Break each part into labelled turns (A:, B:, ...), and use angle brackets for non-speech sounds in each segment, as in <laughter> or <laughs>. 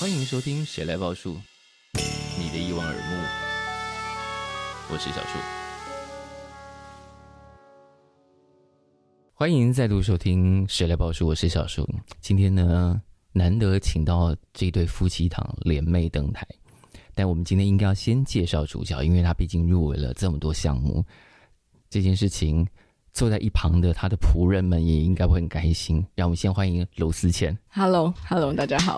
A: 欢迎收听《谁来报数》，你的一望而目，我是小树。欢迎再度收听《谁来报数》，我是小树。今天呢，难得请到这对夫妻档联袂登台，但我们今天应该要先介绍主角，因为他毕竟入围了这么多项目，这件事情坐在一旁的他的仆人们也应该会很开心。让我们先欢迎娄思谦。
B: Hello，Hello，大家好。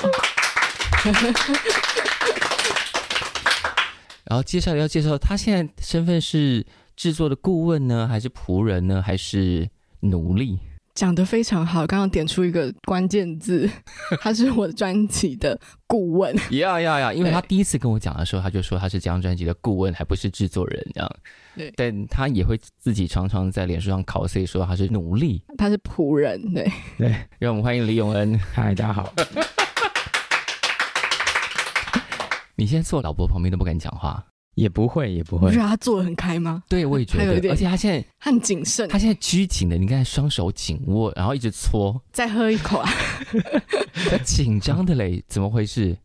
A: 然后接下来要介绍他现在身份是制作的顾问呢，还是仆人呢，还是奴隶？
B: 讲得非常好，刚刚点出一个关键字， <laughs> 他是我专辑的顾问。
A: 呀呀呀！因为
B: 对
A: 他第一次跟我讲的时候，他就说他是这张专辑的顾问，还不是制作人这样。
B: 对
A: 但他也会自己常常在脸书上 cos 说他是奴隶。
B: 他是仆人，对，
C: 对，
A: 让我们欢迎李永恩。
C: <laughs> 嗨，大家好。
A: <laughs> 你现在坐老婆旁边都不敢讲话，
C: 也不会，也不
B: 你
C: 会
B: 觉，得他做的很开吗？
A: 对我也觉 <laughs>
B: 他有一
A: 得，
B: 点
A: 而且他现在
B: 他很谨慎
A: 他。现在拘谨的，你看双手紧握，然后一直搓，
B: 再喝一口啊！
A: 他紧张的嘞，怎么回
B: <laughs>
A: 事？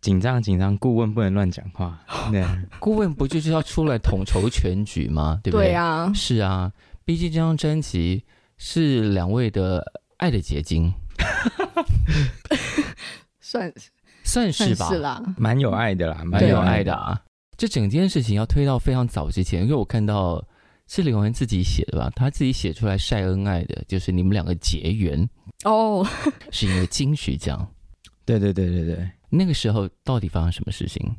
C: 紧张紧张，顾问不能乱讲话。
A: <laughs>
C: 对，
A: 顾问不就是要出来统筹全局吗？对不对
B: 对啊，
A: 是啊，毕竟这张专辑是两位的爱的结晶，
B: 算
A: 算
B: 算
A: 是吧，
B: 是啦。
C: 蛮有爱的啦，
A: 蛮
C: 蛮
A: 有
C: 有
A: 爱
C: 爱
A: 的
C: 的。
A: 啊。这整件事情要推到非常早之前，因为我看到是刘文自己写的吧，他自己写出来晒恩爱的，就是你们两个结缘
B: 哦，
A: 是因为金曲奖。
C: 对对对对对，
A: 那个时候到底发生什么事情？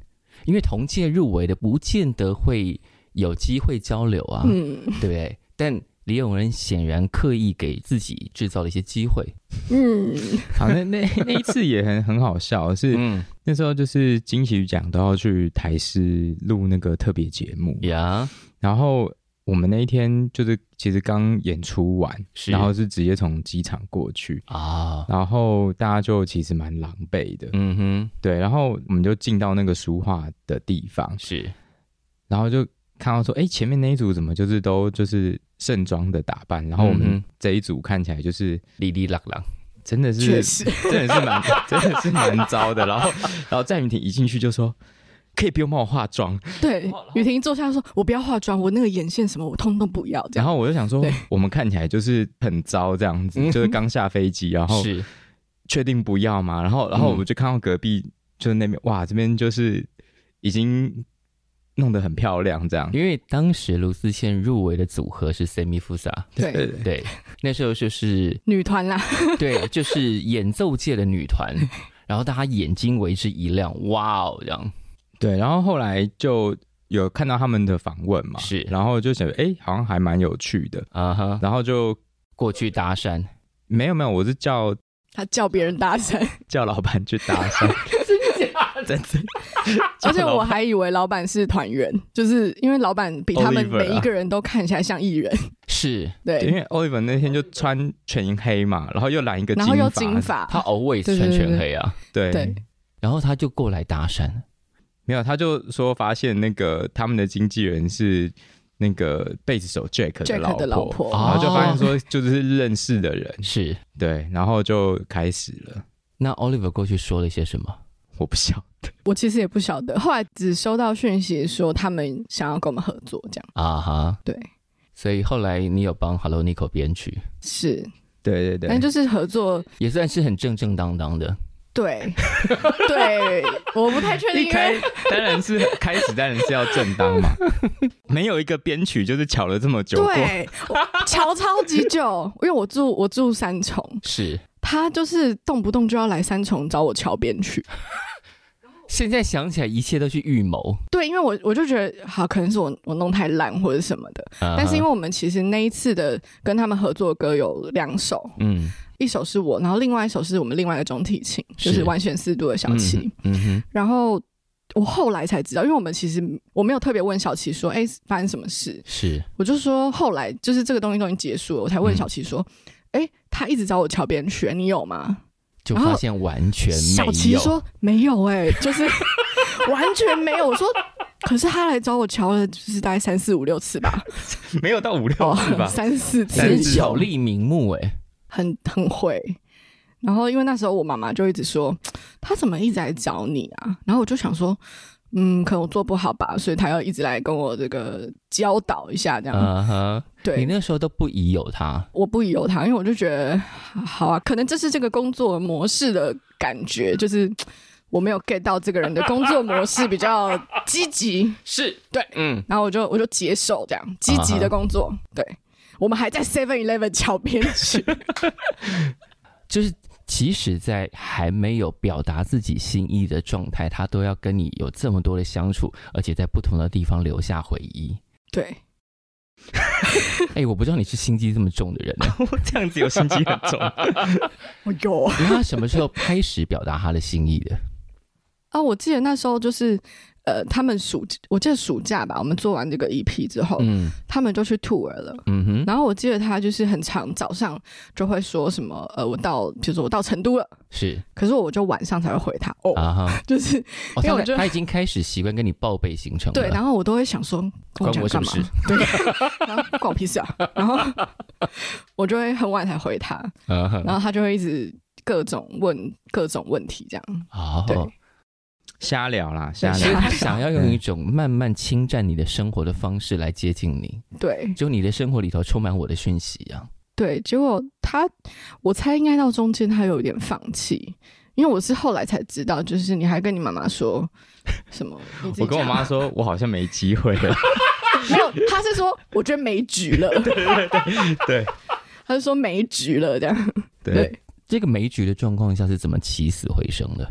A: 因为同届入围的不见得会有机会交流啊，
B: 嗯
A: 对不对？但李永仁显然刻意给自己制造了一些机会，
B: 嗯，
C: 好，那
A: <laughs>
C: 那那一次也很很好笑，是
A: 嗯
C: 那时候就是金曲奖都要去台视录那个特别节目，
A: 呀，
C: 然后我们那一天就是其实刚演出完，
A: 是
C: 然后是直接从机场过去。
A: 啊，
C: 然后大家就其实蛮狼狈的，
A: 嗯哼，
C: 对。然后我们就进到那个书画的地方，
A: 是
C: 然后就看到说，哎，前面那一组怎么就是都就是盛装的打扮，然后我
A: 嗯
C: 们
A: 哼
C: 这一组看起来就是
A: 哩哩啦啦，
C: 真的
B: 确
C: 是
B: 实，
C: 真的
B: <laughs>
C: 是蛮真的是蛮糟的。然后然后戴雨婷一进去就说，可以不用帮我化妆。
B: 对。雨婷坐下说：“我不要化妆，我那个眼线什么，我通通不要。”这样，
C: 然后我就想说
B: 对，
C: 我们看起来就是很糟这样子，
A: 嗯哼
C: 就是刚下飞机，然后
A: 是
C: 确定不要嘛。然后然后
A: 嗯
C: 我就看到隔壁就是那边，哇，这边就是已经弄得很漂亮这样。
A: 因为当时卢思倩入围的组合是 Semi Fusa，
B: 对，
C: 对
A: 对，那时候就是
B: 女团啦，
A: 对，就是演奏界的女团，然后大家眼睛为之一亮，哇哦，这样
C: 对，然后后来就有看到他们的访问嘛，
A: 是
C: 然后就想，哎，好像还蛮有趣的，
A: 啊哈，
C: 然后就
A: 过去搭讪，
C: 没有没有，我是叫
B: 她叫别人搭讪，
C: 叫老板去搭
B: <laughs>
C: 讪， <laughs> 真的假的？真的，
B: 而且我还以为老板是团员，就是因为老板比他们
C: Oliver 啊
B: 每一个人都看起来像艺人，
A: 是
C: 因
B: 对，
C: 为 Oliver 那天就穿全黑嘛，然后又染一个
B: 然后又
C: 金
B: 金，发，
A: 她 always
B: 对对
A: 穿
B: 对
A: 全
B: 对
A: 黑啊，
C: 对，
B: 对
A: 然后她就过来搭讪，
C: 没有，他就说发现那个他们的经纪人是。那个贝斯手 Jack 的
B: Jack 的老
C: 婆，
B: 婆，
A: 哦
C: 然啊后就发现说就是认识的人，
A: 是。
C: 对，然后就开始了。
A: 那 Oliver 过去说了些什么？
C: 我不晓得，
B: 我其实也不晓得，后来只收到讯息说他们想要跟我们合作，这样
A: 啊哈，
B: 对，
A: 所以后来你有帮 Hello Nico 编曲，
B: 是，
C: 对对对，
B: 但就是合作，
A: 也算是很正正当当的。
C: <laughs>
B: 对对，我不太确定，
C: 一
B: 因
C: 开
B: 为
C: 当然是开始，当然是要正当嘛。没有一个编曲就是巧了这么久过，
B: 对我瞧超级久，因为我住我住三重，
A: 是，
B: 他就是动不动就要来三重找我瞧编曲，
A: 现在想起来一切都是预谋，
B: 对，因为我我就觉得好，可能是我我弄太烂或者什么的，
C: 啊
B: 但是因为
A: 为
B: 我们其实那一次的跟他们合作的歌有两首，
A: 嗯
B: 一首是我，然后另外一首是我们另外一个中提琴，就是
A: 是
B: 完全四度的小七。
A: 嗯哼
B: 然后我后来才知道，因为我们其实我没有特别问小琪说，哎、发生什么事？
A: 是
B: 我就说后来就是这个东西都已经结束了，我才问小琪说，哎、他一直找我桥边学，你有吗？
A: 就
B: 然后
A: 发现完全没有。
B: 欸 <laughs> 小琪说没有、哎，就是完全没有。我说可是他来找我瞧了，就是大概三四五六次吧，
C: 没有到五六
B: 哦
C: 次吧？
B: 三四次
C: 但
A: 是
C: 是
A: 巧立名目哎、
B: 很 <laughs> 很会。然后因为那时候我妈妈就一直说，他怎么一直来找你啊？然后我就想说，嗯，可能我做不好吧，所以他要一直来跟我这个教导一下这样。
A: 嗯哼，你
B: 对，
A: 那时候都不疑有他，
B: 我不由他，因为我就觉得，好啊，可能这是这个工作模式的感觉，就是我没有 get 到这个人的工作模式比较积极。
A: 是
B: 对
A: 嗯，
B: 然后我就我就接受这样积
A: 啊
B: 极的工作。对，我们还在 Seven Eleven 桥边去，
A: 就是即使在还没有表达自己心意的状态，他都要跟你有这么多的相处，而且在不同的地方留下回 <laughs> 忆。
B: <laughs> 对，
A: 哎、我不知道你是心机这么重的人、欸，
C: 我这样子有心机很重，
B: 我有
A: 你看他什么时候开始表达他的心意的？
B: 啊，我记得那时候就是。呃，他们暑，我记得暑假吧，我们做完这个 EP 之后，
A: 嗯
B: 他们就去 tour 了。
A: 嗯哼，
B: 然后我记得他就是很常早上就会说什么，呃，我到，比如说我到成都了，
A: 是
B: 可是我就晚上才会回他。哦，
A: 啊哈，
B: 就是
A: 哦，
B: 因为
A: 他
B: 我
A: 在
B: 就
A: 他已经开始习惯跟你报备行程了。
B: 对，然后我都会想说，跟
A: 嗯啊关
B: 讲
A: 我什
B: 干
A: 么
B: 嘛
A: 事？
B: 对，然后关我屁事啊！然后我就会很晚才回他，
A: 嗯哼
B: 然后他就会一直各种问各种问题，这样。
A: 哦，
B: 对
C: 瞎聊啦，瞎
A: 所以
C: 聊。
A: 他想要用一种慢慢侵占你的生活的方式来接近你，
B: 对
A: 就你的生活里头充满我的讯息啊。
B: 对，结果他，我猜应该到中间他有一点放弃，因为我是后来才知道，就是你还跟你妈妈
C: <laughs>
B: 说什么？你自己
C: 我跟我
B: 讲
C: 妈说，我好像没机会了。
B: 没有，他是说我觉得没局
C: <laughs>
B: 了，
C: 对
B: 他是说没局了这样。
C: 对，
A: 这个没局的状况下是怎么起死回生的？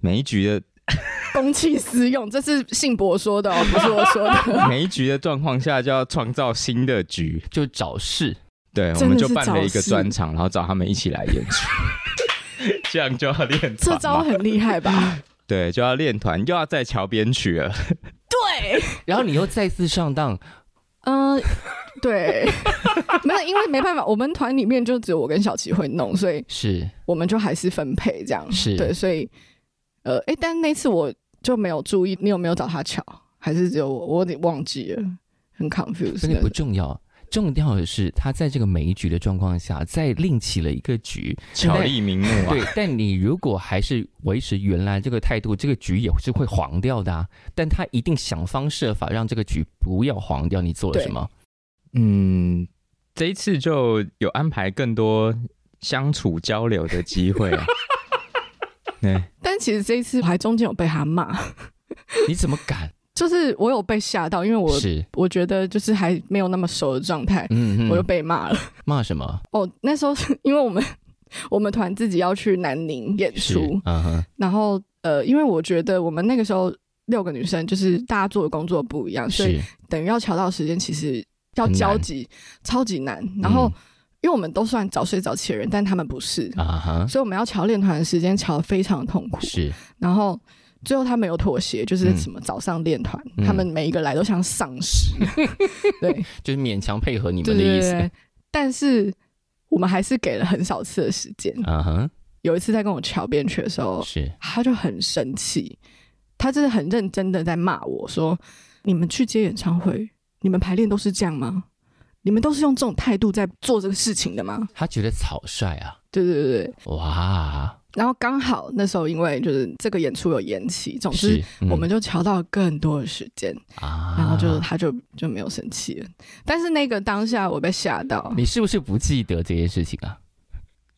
C: 每一局的
B: 公器私用，这是信博说的、哦，不是我说
C: <laughs>
B: 的。
C: 每一局的状况下，就要创造新的局。
A: 就找事，
C: 对，我
B: 真的
C: 们就是办了一
B: 找
C: 个
B: 事
C: 专场，然后找他们一起来演出，这样就要练
B: 这
C: 团
B: 招
C: 嘛。
B: 很厉害
C: <laughs>
B: 吧？
C: 对，就要练团，又要在桥边曲了。
B: 对，
A: 然后你又再次上当，
B: 嗯、对， <laughs> 没有，因为没办法，我们团里面就只有我跟小琪会弄，所以
A: 是
B: 我们就还是分配这样。
A: 是
B: 对，所以呃，哎、但那次我就没有注意，你有没有找他瞧？还是只有我？我有点忘记了，很 confused
A: 这
B: 那
A: 个不
B: 种。
A: 重要。重要的是，他在这个没局的状况下，再另起了一个局。
C: 巧立名目啊，
A: 对，但你如果还是维持原来这个态度，这个局也是会黄掉的啊。但他一定想方设法让这个局不要黄掉。你做了
B: 对
A: 什么？
B: <laughs>
C: 嗯，这一次就有安排更多相处交流的机会 <laughs> 啊。对，
B: 但其实这一次我还中间有被他骂，
A: 你怎么敢？
B: 就是我有被吓到，因为我
A: 是，
B: 我觉得就是还没有那么熟的状态，
A: 嗯
B: 我就被骂了。
A: 骂什么？
B: 哦，那时候是因为我们我们团自己要去南宁演
A: 是
B: 出，，
A: 嗯哼，
B: 然后呃，因为我觉得我们那个时候六个女生，就是大家做的工作不一样，所以
A: 是，
B: 等于要调到时间，其实要
A: 很
B: 交
A: 难
B: 集，超级难。然后、因为我们都算早睡早起的人，但他们不是，
A: 嗯啊哈，
B: 所以我们要调练团的时间调的非常痛苦。
A: 是，
B: 然后最后他没有妥协，就是
A: 嗯
B: 什么早上练团，
A: 嗯
B: 他们每一个来都像丧尸，对，
A: 就是勉强配合你
B: 对
A: 们的
B: 对
A: 意
B: 对，
A: 思
B: 对。但是我们还是给了很少次的时间。
A: 啊哈，
B: 有一次在跟我桥边去的时候，
A: 是，
B: 他就很生气，他真的很认真的在骂我说：“你们去接演唱会，你们排练都是这样吗？你们都是用这种态度在做这个事情的吗
A: 他觉得草率啊，？”
B: 对对对对。
A: 哇，
B: 然后刚好那时候因为就是这个演出有延期，总之
A: 是，嗯
B: 我们就瞧到更多的时间，
A: 啊，
B: 然后就他就就没有生气了。但是那个当下我被吓到，
A: 你是不是不记得这件事情啊？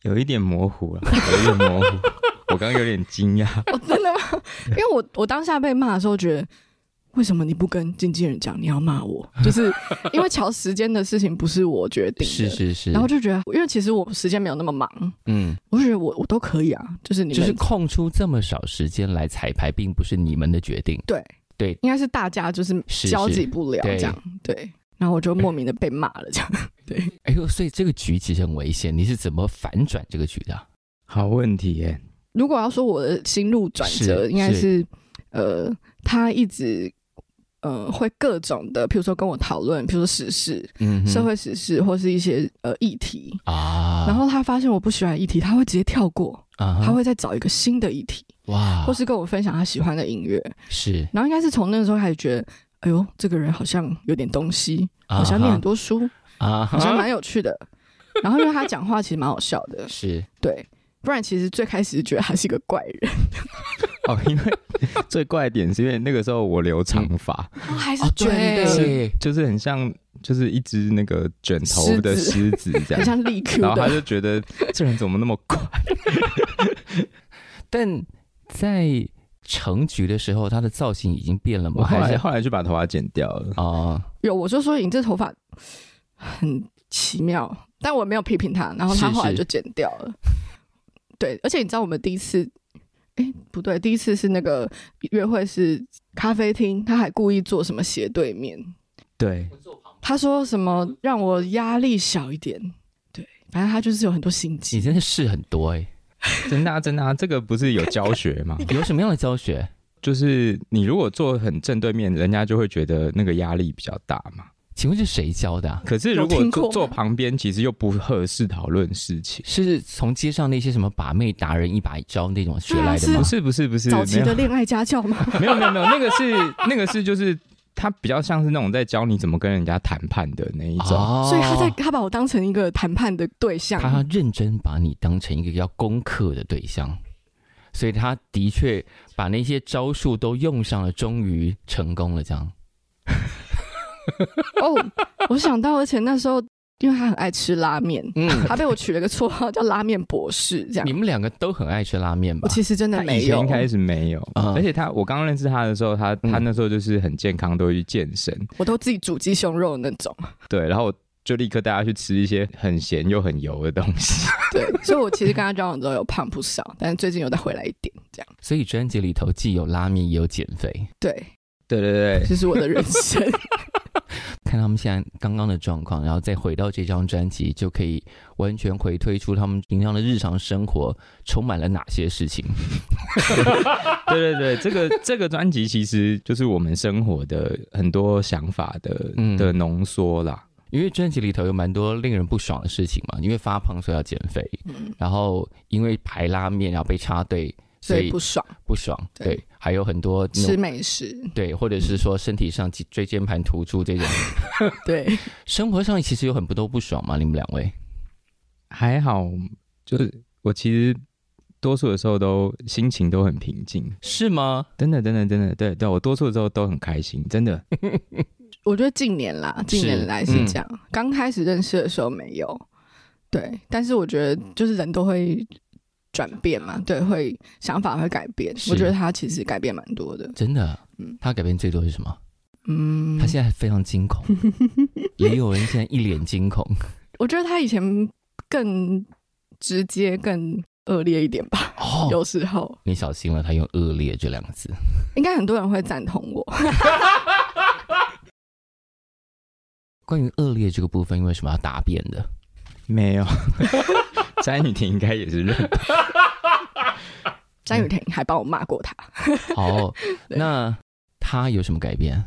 C: 有一点模糊了，有一点模糊。我刚刚有点惊讶，
B: 哦，真的吗？
A: <laughs>
B: 因为我我当下被骂的时候，觉得为什么你不跟经纪人讲你要骂我？就是因为瞧时间的事情不是我决定的，
A: 是是是，
B: 然后就觉得，因为其实我时间没有那么忙，
A: 嗯，
B: 我就觉得我我都可以啊，就是你们、
A: 就是空出这么少时间来彩排，并不是你们的决定。
B: 对
A: 对，
B: 应该是大家就是
A: 是
B: 交
A: 是
B: 集不了
A: 对
B: 这样，对。然后我就莫名的被骂了，这样 <laughs>
A: 哎呦，所以这个局其实很危险，你是怎么反转这个局的啊、
C: 好问题耶、
B: 如果要说我的心路转
A: 是
B: 折，应该
A: 是
B: 是呃，他一直呃，会各种的，譬如说跟我讨论，譬如说时事、
A: 嗯哼，
B: 社会时事，或是一些呃议题。
A: 啊，
B: 然后他发现我不喜欢的议题，他会直接跳过，
A: 啊哈，
B: 他会再找一个新的议题，
A: 哇，
B: 或是跟我分享他喜欢的音乐。
A: 是
B: 然后应该是从那个时候开始觉得，哎呦，这个人好像有点东西，好像念很多书，
A: 啊哈，
B: 好像蛮有趣的。然后因为他讲话其实蛮好笑的，
A: 是
B: 对，不然其实最开始觉得他是一个怪人，
C: 哦，因为最怪的点是因为那个时候我留长发，
B: 他还是
A: 哦，
B: 卷的，
A: 对，
C: 就是很像就是一只那个卷头的狮子 <laughs> 这
B: 很
C: 样，
B: 像利 Q
C: 然后他
B: 的，
C: 就觉得这人怎么那么怪？
A: 但在成局的时候，他的造型已经变了
C: 我
A: 吗？
C: 后
A: 还
C: 来
A: 是
C: 后来就把头发剪掉了。
A: 哦，
B: 有我就说你这头发很奇妙，但我没有批评他，然后他
A: 是
B: 后来
A: 是
B: 就剪掉了。对，而且你知道我们第一次，哎、不对，第一次是那个约会是咖啡厅，他还故意坐什么斜对面，
C: 对，
B: 他说什么让我压力小一点，对，反正他就是有很多心
A: 你
B: 机。
A: 真的事很多哎，
C: 真的啊真的啊，这个不是有教学吗？
A: 有什么样的教学？
C: 就是你如果坐很正对面，人家就会觉得那个压力比较大嘛。
A: 请问是谁教的啊？
C: 可是如
B: 有
C: 果
B: 听过吗
C: 坐坐旁边，其实又不合适讨论事情。
A: 是从街上那些什么把妹达人一把一招那种学来的
B: 对啊
A: 吗
C: 不？是不是不是，
B: 早
C: 没
B: 期
C: 有
B: 的恋爱家教嘛，<laughs>
C: 没有没有没有，那个是那个是就是他比较像是那种在教你怎么跟人家谈判的那一种。
A: 哦
B: 所以他在他把我当成一个谈判的对象，
A: 他认真把你当成一个要攻克的对象，所以他的确把那些招数都用上了，终于成功了。这样
B: 哦，我想到，而且那时候因为他很爱吃拉面，
A: 嗯
B: <laughs> 他被我取了个绰号叫拉面博士，这样
A: <laughs> 你。们两个都很爱吃拉面吧
B: 我？其实真的
C: 他
B: 没
C: 以
B: 有，啊
C: 前一开始没有，
A: 嗯
C: 而且他我刚认识他的时候，他他
A: 嗯
C: 那时候就是很健康，都会去健身，
B: 我都自己煮鸡胸肉的那种。 <laughs>
C: 对，然后我就立刻带他去吃一些很咸又很油的东西。
B: 对，所以我其实跟他交往之后有胖不少，但是最近有再回来一点，这样。
A: 所以专辑里头既有拉面，也有减肥。
B: 对，
C: 对对对，
B: 这是我的人
A: <laughs>
B: 生。
A: 看他们现在刚刚的状况，然后再回到这张专辑，就可以完全回推出他们平常的日常生活充满了哪些事情。
C: <laughs> 对对对，这个这个专辑其实就是我们生活的很多想法的
A: 嗯
C: 的浓缩啦。
A: 因为专辑里头有蛮多令人不爽的事情嘛，因为发胖所以要减肥，
B: 嗯
A: 然后因为排拉面然后被插队，所
B: 所以
A: 以
B: 不爽，
A: 不爽，
B: 对
A: 对，还有很多那
B: 吃
A: 种
B: 美食，
A: 对，或者是说身体上脊椎间盘突出这
B: <laughs>
A: 种，
B: 对，
A: 生活上其实有很多不爽嘛，你们两位
C: 还好，就是我其实多数的时候都心情都很平静，
A: 是吗？
C: 真的真的真的，对对，我多数的时候都很开心，真的。
B: 我觉得近年啦，近年来
A: 嗯
B: 是这样。刚、开始认识的时候没有，对，但是我觉得就是人都会转变嘛，对，会想法会改变。
A: 是
B: 我觉得他其实改变蛮多的，
A: 真的
B: 嗯，
A: 他改变最多是什么？
B: 嗯
A: 他，现在非常惊
B: <laughs>
A: 恐，也有人现在一脸惊恐。
B: 我觉得他以前更直接、更恶劣一点吧，
A: 哦，
B: 有时候
A: 你小心了，他用“恶劣”这两个字。
B: 应该很多人会赞同我。
A: 关于恶劣这个部分，因为什么要答辩
B: <laughs>
A: 的？
C: <laughs> 没有， <laughs> 詹雨婷应该也是认 <laughs> 同。
B: 张雨婷还帮我骂过
A: <laughs>
B: 他，
A: 好，
B: 对
A: 那他有什么改变？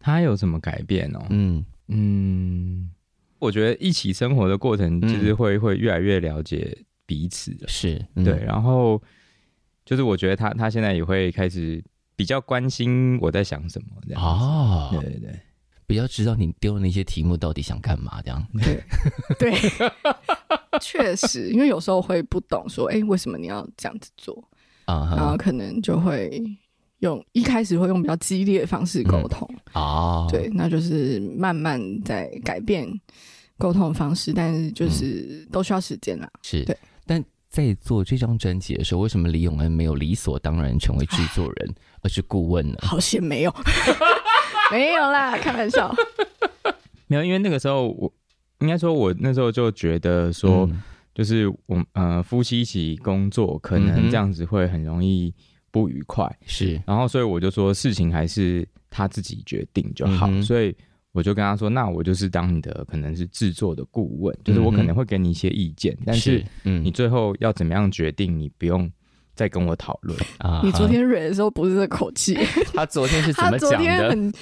C: 他有什么改变哦？
A: 嗯，
C: 嗯，我觉得一起生活的过程，就是
A: 嗯
C: 会、会越来越了解彼此了
A: 是，嗯
C: 对，，然后就是我觉得他他现在也会开始比较关心我在想什么这样子。
A: 哦，
C: 对对对，
A: 比较知道你丢的那些题目到底想干嘛，这
C: 嗯
A: 样。
B: 对，确实，因为有时候会不懂说，哎、为什么你要这样子做？
A: 啊
B: 然后
A: 哈，
B: 可能就会用一开始会用比较激烈的方式沟通，
A: 嗯哦，
B: 对，那就是慢慢在改变沟通的方式，但是
A: 嗯
B: 就是都需要时间啦。
A: 是，
B: 对
A: 但在做这张专辑的时候，为什么李永恩没有理所当然成为制作
C: <laughs>
A: 人，而是顾问呢？
B: 好险没有， <laughs> 没有啦，开玩
A: 啊
B: 笑。
C: 没有，因为那个时候我应该说，我那时候就觉得说，
A: 嗯
C: 就是我呃夫妻一起工作，可
A: 嗯
C: 能
A: 哼
C: 这样子会很容易不愉快，
A: 是
C: 然后所以我就说事情还是他自己决定就好，
A: 嗯哼
C: 所以。我就跟他说，那我就是当你的可能是制作的顾问，就是我
A: 嗯哼
C: 可能会给你一些意见，但是
A: 嗯
C: 你最后要怎么样决定，你不用再
A: <laughs>
C: 跟我讨论。
A: 啊
B: 你昨
A: 哈 <laughs>
B: 天蕊的时候不是这口气，
A: 他昨天是怎
B: 他
A: 么
B: 昨
A: 讲
B: 天
A: 的？
B: 很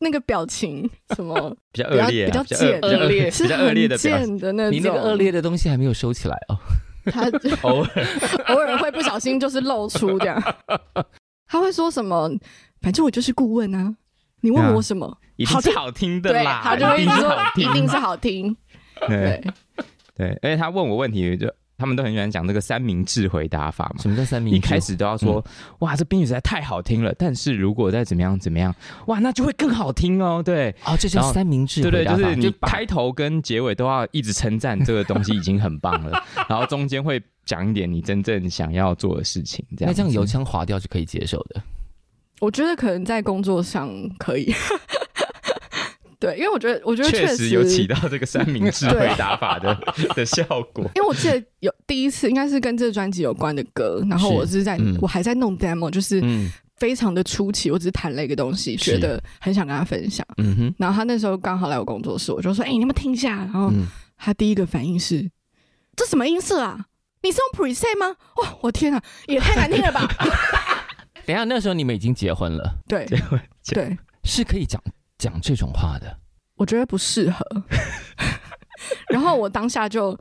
B: 那个表情什
C: <laughs>
B: 么
C: 比较
B: 比较
C: 恶劣啊，
B: 比较
C: 恶
B: 贱
C: 比较恶劣，
B: 是
C: <laughs> 比较恶劣的
B: 很
C: 表情。
B: 贱的那种，
A: 你那个恶劣的东西还没有收起来哦。
C: <laughs>
B: 他
C: 偶尔
B: 偶尔会不小心就是露出这样。他会说什么？反正我就是顾问啊，你问我什么？
C: 一定是好听的
B: 对，
C: 啦，
B: 他就会
C: 一
B: 一
C: 定
B: 直
C: 是
B: 说
C: 好
B: 一
C: 听，
B: 定是好听。
C: 对
B: 对，
C: 对。而且他问我问题，就他们都很喜欢讲这个三明治回答法嘛。
A: 什么叫三明治？
C: 一开始都要说，哇，这冰语实在太好听了。但是如果再怎么样怎么样，哇，那就会更好听哦。对，
A: 哦，这
C: 然
A: 叫
C: 后
A: 三明治
C: 对
A: 回
C: 对，
A: 答
C: 就
A: 法，
C: 是你
A: 把
C: 开头跟结尾都要一直称赞这个东西已经很棒 <laughs> 了，然后中间会讲一点你真正想要做的事情。哎这样
A: 那这样
C: 子
A: 油腔滑调是可以接受的。
B: 我觉得可能在工作上可以。 <laughs> 对，因为我觉得，我觉得
C: 确
B: 确
C: 实有起到这个三明 <laughs> 治回答法的的效果。
B: 因为我记得有第一次应该是跟这个专辑有关的歌，然后
A: 是
B: 我是在、
A: 嗯
B: 我还在弄 demo，就是
A: 嗯
B: 非常的初期，我只是弹了一个东西，
A: 是
B: 觉得很想跟他分享。
A: 嗯哼，
B: 然后他那时候刚好来我工作室，我就说：“哎、你要不要听一下？”然后
A: 嗯
B: 他第一个反应是：“这什么音色啊？你是用 preset 吗？”哇，我天啊，也太难听
A: <laughs>
B: 了吧！
A: 等一下那时候你们已经结婚了，
B: 对
C: 结果结
B: 对，
A: 是可以讲讲这种话的。
B: 我觉得不
A: <laughs>
B: 适合。然后我当下就我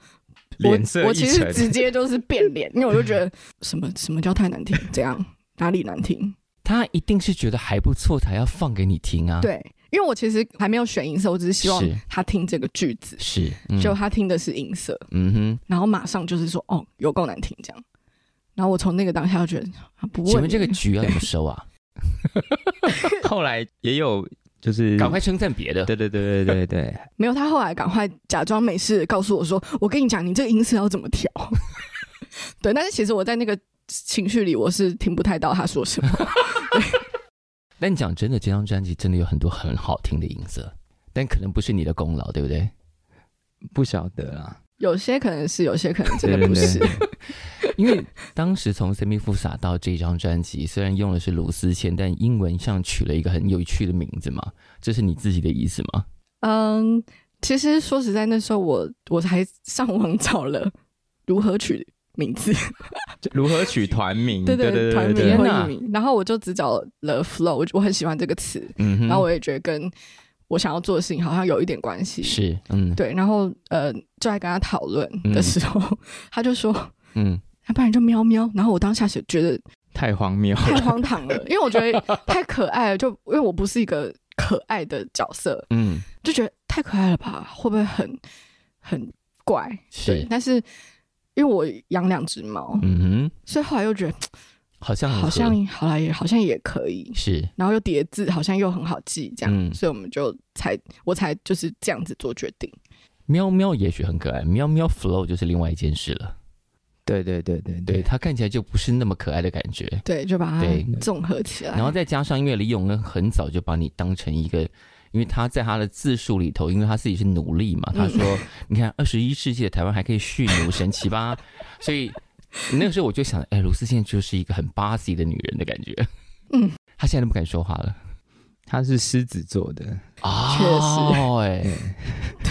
C: 脸色
B: 我
C: 一
B: 其实
C: 沉，
B: 直接就是变脸，因为我就觉得什么什么叫太难听，怎样哪里难听？
A: 他一定是觉得还不错才要放给你听啊。，
B: 对，因为我其实还没有选音色，我只是希望
A: 是
B: 他听这个句子，
A: 是，嗯
B: 就他听的是音色，
A: 嗯哼。
B: 然后马上就是说哦，有够难听这样。然后我从那个当下就觉得啊不
A: 请
B: 问
A: 问这
B: 了
A: 个局要怎么收啊？
C: <laughs> 后来也有就是
A: <laughs> 赶快称赞别的。
C: 对对对对对对，
B: 没有，他后来赶快假装没事告诉我说：“我跟你讲，你这个音色要怎么调。”对，但是其实我在那个情绪里，我是听不太到他说什么。
A: 但讲真的，这张专辑真的有很多很好听的音色，但可能不是你的功劳，对不
B: <laughs>
A: 对？
C: 不晓得啦，
B: 有些可能是，有些可能真的
C: 对对
B: 不
C: 对
B: 是。
C: 对，
A: 因为当时从《Semi f u s a 到这张专辑，虽然用的是卢思谦，但英文上取了一个很有趣的名字嘛，这是你自己的意思吗？
B: 嗯，其实说实在，那时候我我还上网找了如何取名字，
C: 就如何取团名？
B: 对
C: 对
B: 对，团
C: 对
B: 名
A: 天
B: 或
A: 哪
B: 艺名，然后我就只找了 flow，我我很喜欢这个词，
A: 嗯哼
B: 然后我也觉得跟我想要做的事情好像有一点关系。
A: 是嗯
B: 对，然后呃，就在跟他讨论的时候， <laughs> 他就说，
A: 嗯，
B: 要不然就喵喵。然后我当下是觉得
C: 太荒谬
B: 太
C: 了。
B: 荒
A: <laughs>
B: 唐了，因为我觉得太可爱了，就因为我不是一个可爱的角色，
A: 嗯
B: 就觉得太可爱了吧，会不会很很怪？对
A: 是，
B: 但是因为我养两只猫，
A: 嗯哼，
B: 所以后来又觉得
A: 好像很合
B: 好像好啦，也好像也可以。
A: 是
B: 然后又叠字，好像又很好记，这样，
A: 嗯
B: 所以我们就才我才就是这样子做决定。
A: 喵喵，也许很可爱，喵喵 flow 就是另外一件事了。
C: 对对对对
A: 对，，它看起来就不是那么可爱的感觉，
B: 对，就把
A: 对
B: 它综合起来。
A: 然后再加上因为李永恩很早就把你当成一个。因为他在他的自述里头，因为他自己是奴隶嘛，
C: 嗯
A: 他说：“你看，二十一世纪的台湾还可以蓄奴，神奇吧？”所以那个时候我就想，哎，卢思倩就是一个很巴西的女人的感觉。
B: 嗯，
A: 她现在都不敢说话了
C: 他是狮子座的，
A: 啊
B: 确实
A: 实，哎，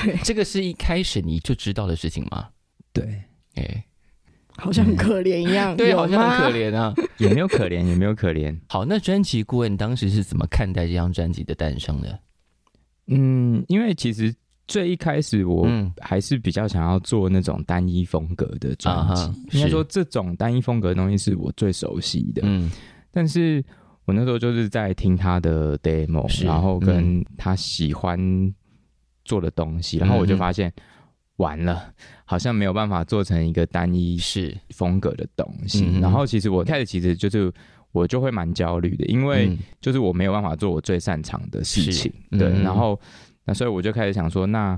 B: 对，
A: 这个是一开始你就知道的事情吗？
C: 对，
A: 哎，
B: 好像很可怜一样，
A: 嗯 <laughs> 对，
B: 有
A: 好像很
B: 吗
A: 可怜啊。
C: 也没有可怜，也没有可怜。
A: 好，那专辑顾问当时是怎么看待这张专辑的诞生的？
C: 嗯，因为其实最一开始我
A: 嗯
C: 还是比较想要做那种单一风格的专辑，
A: 啊哈
C: 应该
A: 是
C: 说这种单一风格的东西是我最熟悉的。
A: 嗯
C: 但是我那时候就是在听他的 demo，
A: 是嗯
C: 然后跟他喜欢做的东西，然后我就
A: 嗯
C: 发现。完了，好像没有办法做成一个单一
A: 是
C: 风格的东西。
A: 嗯哼
C: 然后其实我一开始其实就是我就会蛮焦虑的，因为
A: 嗯
C: 就是我没有办法做我最擅长的事情，
A: 是
C: 对，
A: 嗯
C: 然后那所以我就开始想说，那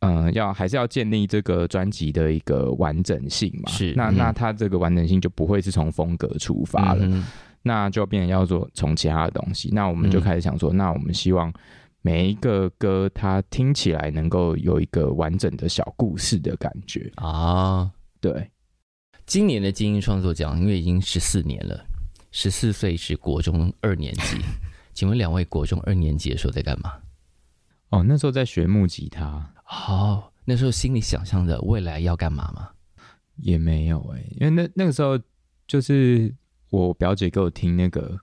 C: 嗯、呃要还是要建立这个专辑的一个完整性嘛，
A: 是
C: 那
A: 嗯
C: 那它这个完整性就不会是从风格出发了，
A: 嗯
C: 那就变成要做从其他的东西，那我们
A: 嗯
C: 就开始想说，那我们希望。每一个歌，它听起来能够有一个完整的小故事的感觉，
A: 啊。
C: 对，
A: 今年的金鹰创作奖，因为已经十四年了，十四岁是国中二年级。请问两位国中二年级的时候在干嘛？
C: 哦，那时候在学木吉他
A: 哦，那时候心里想象着未来要干嘛吗？
C: 也没有哎、因为那那个时候就是我表姐给我听那个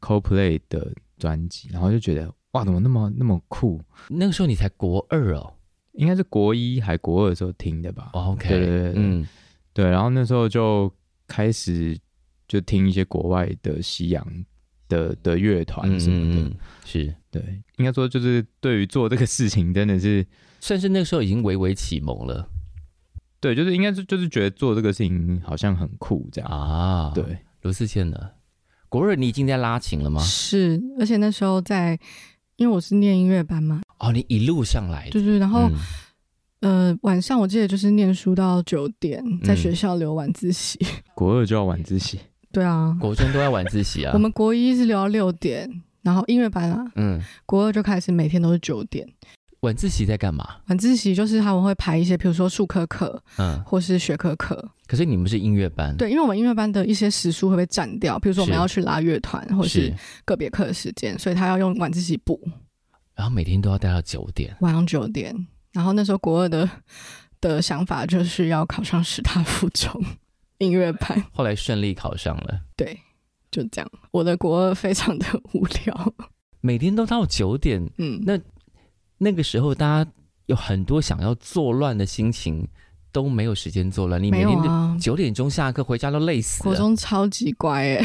C: CoPlay 的专辑，然后就觉得哇，怎么那么那么酷？
A: 那个时候你才国二哦。
C: 应该是国一还国二的时候听的吧？
A: 哦 OK，
C: 对对对对
A: 嗯，
C: 对，然后那时候就开始就听一些国外的西洋的的乐团什么的。
A: 嗯嗯嗯是，
C: 对，应该说就是对于做这个事情真的是
A: 算是那个时候已经微微启蒙了
C: 对，就是应该是就是觉得做这个事情好像很酷这样。
A: 啊。，
C: 对，
A: 罗思倩呢？国二你已经在拉琴了吗？
B: <laughs> 是，而且那时候在，因为我是念音乐班嘛，
A: 哦，你一路上来的，
B: 对对，然后、
A: 嗯
B: 呃晚上我记得就是念书到九点，
A: 嗯
B: 在学校留晚自习。 <laughs>
C: 国二就要晚自习，
B: 对啊，
A: 国中都要晚自习啊。
B: 我们国一是留到六点，然后音乐班啊，
A: 嗯，
B: 国二就开始每天都是九点。
A: 晚自习在干嘛？
B: 晚自习就是他们会排一些，比如说数科课
A: 嗯，
B: 或是学科课。
A: 可是你们是音乐班，，
B: 对，因为我们音乐班的一些时数会被占掉，比如说我们
A: 是
B: 要去拉乐团或是
A: 是，
B: 个别课的时间，所以他要用晚自习补，
A: 然后每天都要待到九点。
B: 晚上九点。然后那时候国二的的想法就是要考上师大附中音乐班，
A: 后来顺利考上了，
B: 对，就这样。我的国二非常的无聊，
A: 每天都到九点。
B: 嗯，
A: 那那个时候，大家有很多想要作乱的心情，都没有时间作乱。你
B: 没
A: 每
B: 有
A: 天都
B: 啊，
A: 九点钟下课回家都累死
B: 国
A: 了，
B: 中超级乖哎、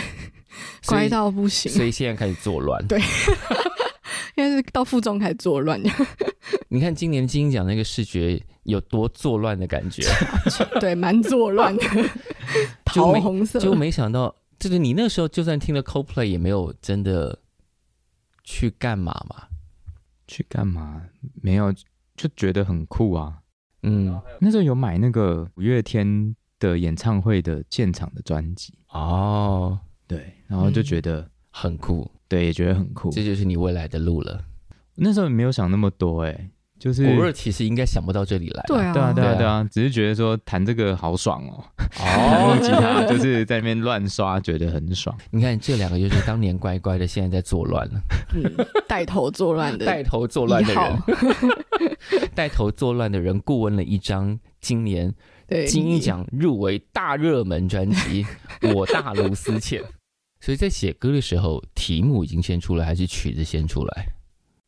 A: 所
B: 乖
A: 以
B: 到不行，
A: 所以现在开始作乱。
B: 对因为是到附中开始作乱，
A: 你看今年金鹰奖那个视觉有多作乱的感觉， <laughs>
B: 对，蛮作乱的，
A: 就
B: 桃
A: 没
B: 红色，
A: 就没想到，就是你那时候就算听了 CoPlay 也没有真的去干嘛嘛。
C: 去干嘛？没有，就觉得很酷啊。
A: 嗯，
C: 那时候有买那个五月天的演唱会的现场的专辑，
A: 哦，
C: 对，然后就觉得、
A: 很酷，
C: 对，也觉得很酷。
A: 这就是你未来的路了。
C: 那时候没有想那么多、哎，就是
A: 国二其实应该想不到这里来啊，
B: 对啊，
C: 对啊，对
A: 对
C: 啊，
A: 啊
C: 对啊，只是觉得说弹这个好爽哦， <laughs> 弹那
A: 哦
C: 个，吉他就是在那边乱刷，觉得很爽。
A: 你看这两个就是当年乖乖的，现在在作乱了，
B: 嗯带头作乱
A: <laughs>
B: 的
A: 带头作乱的
B: 一号
A: 人，带头作乱的人顾问了一张今年
B: 对
A: 金鹰奖入围大热门专辑《我大卢思倩》。所以在写歌的时候，题目已经先出来，还是曲子先出来？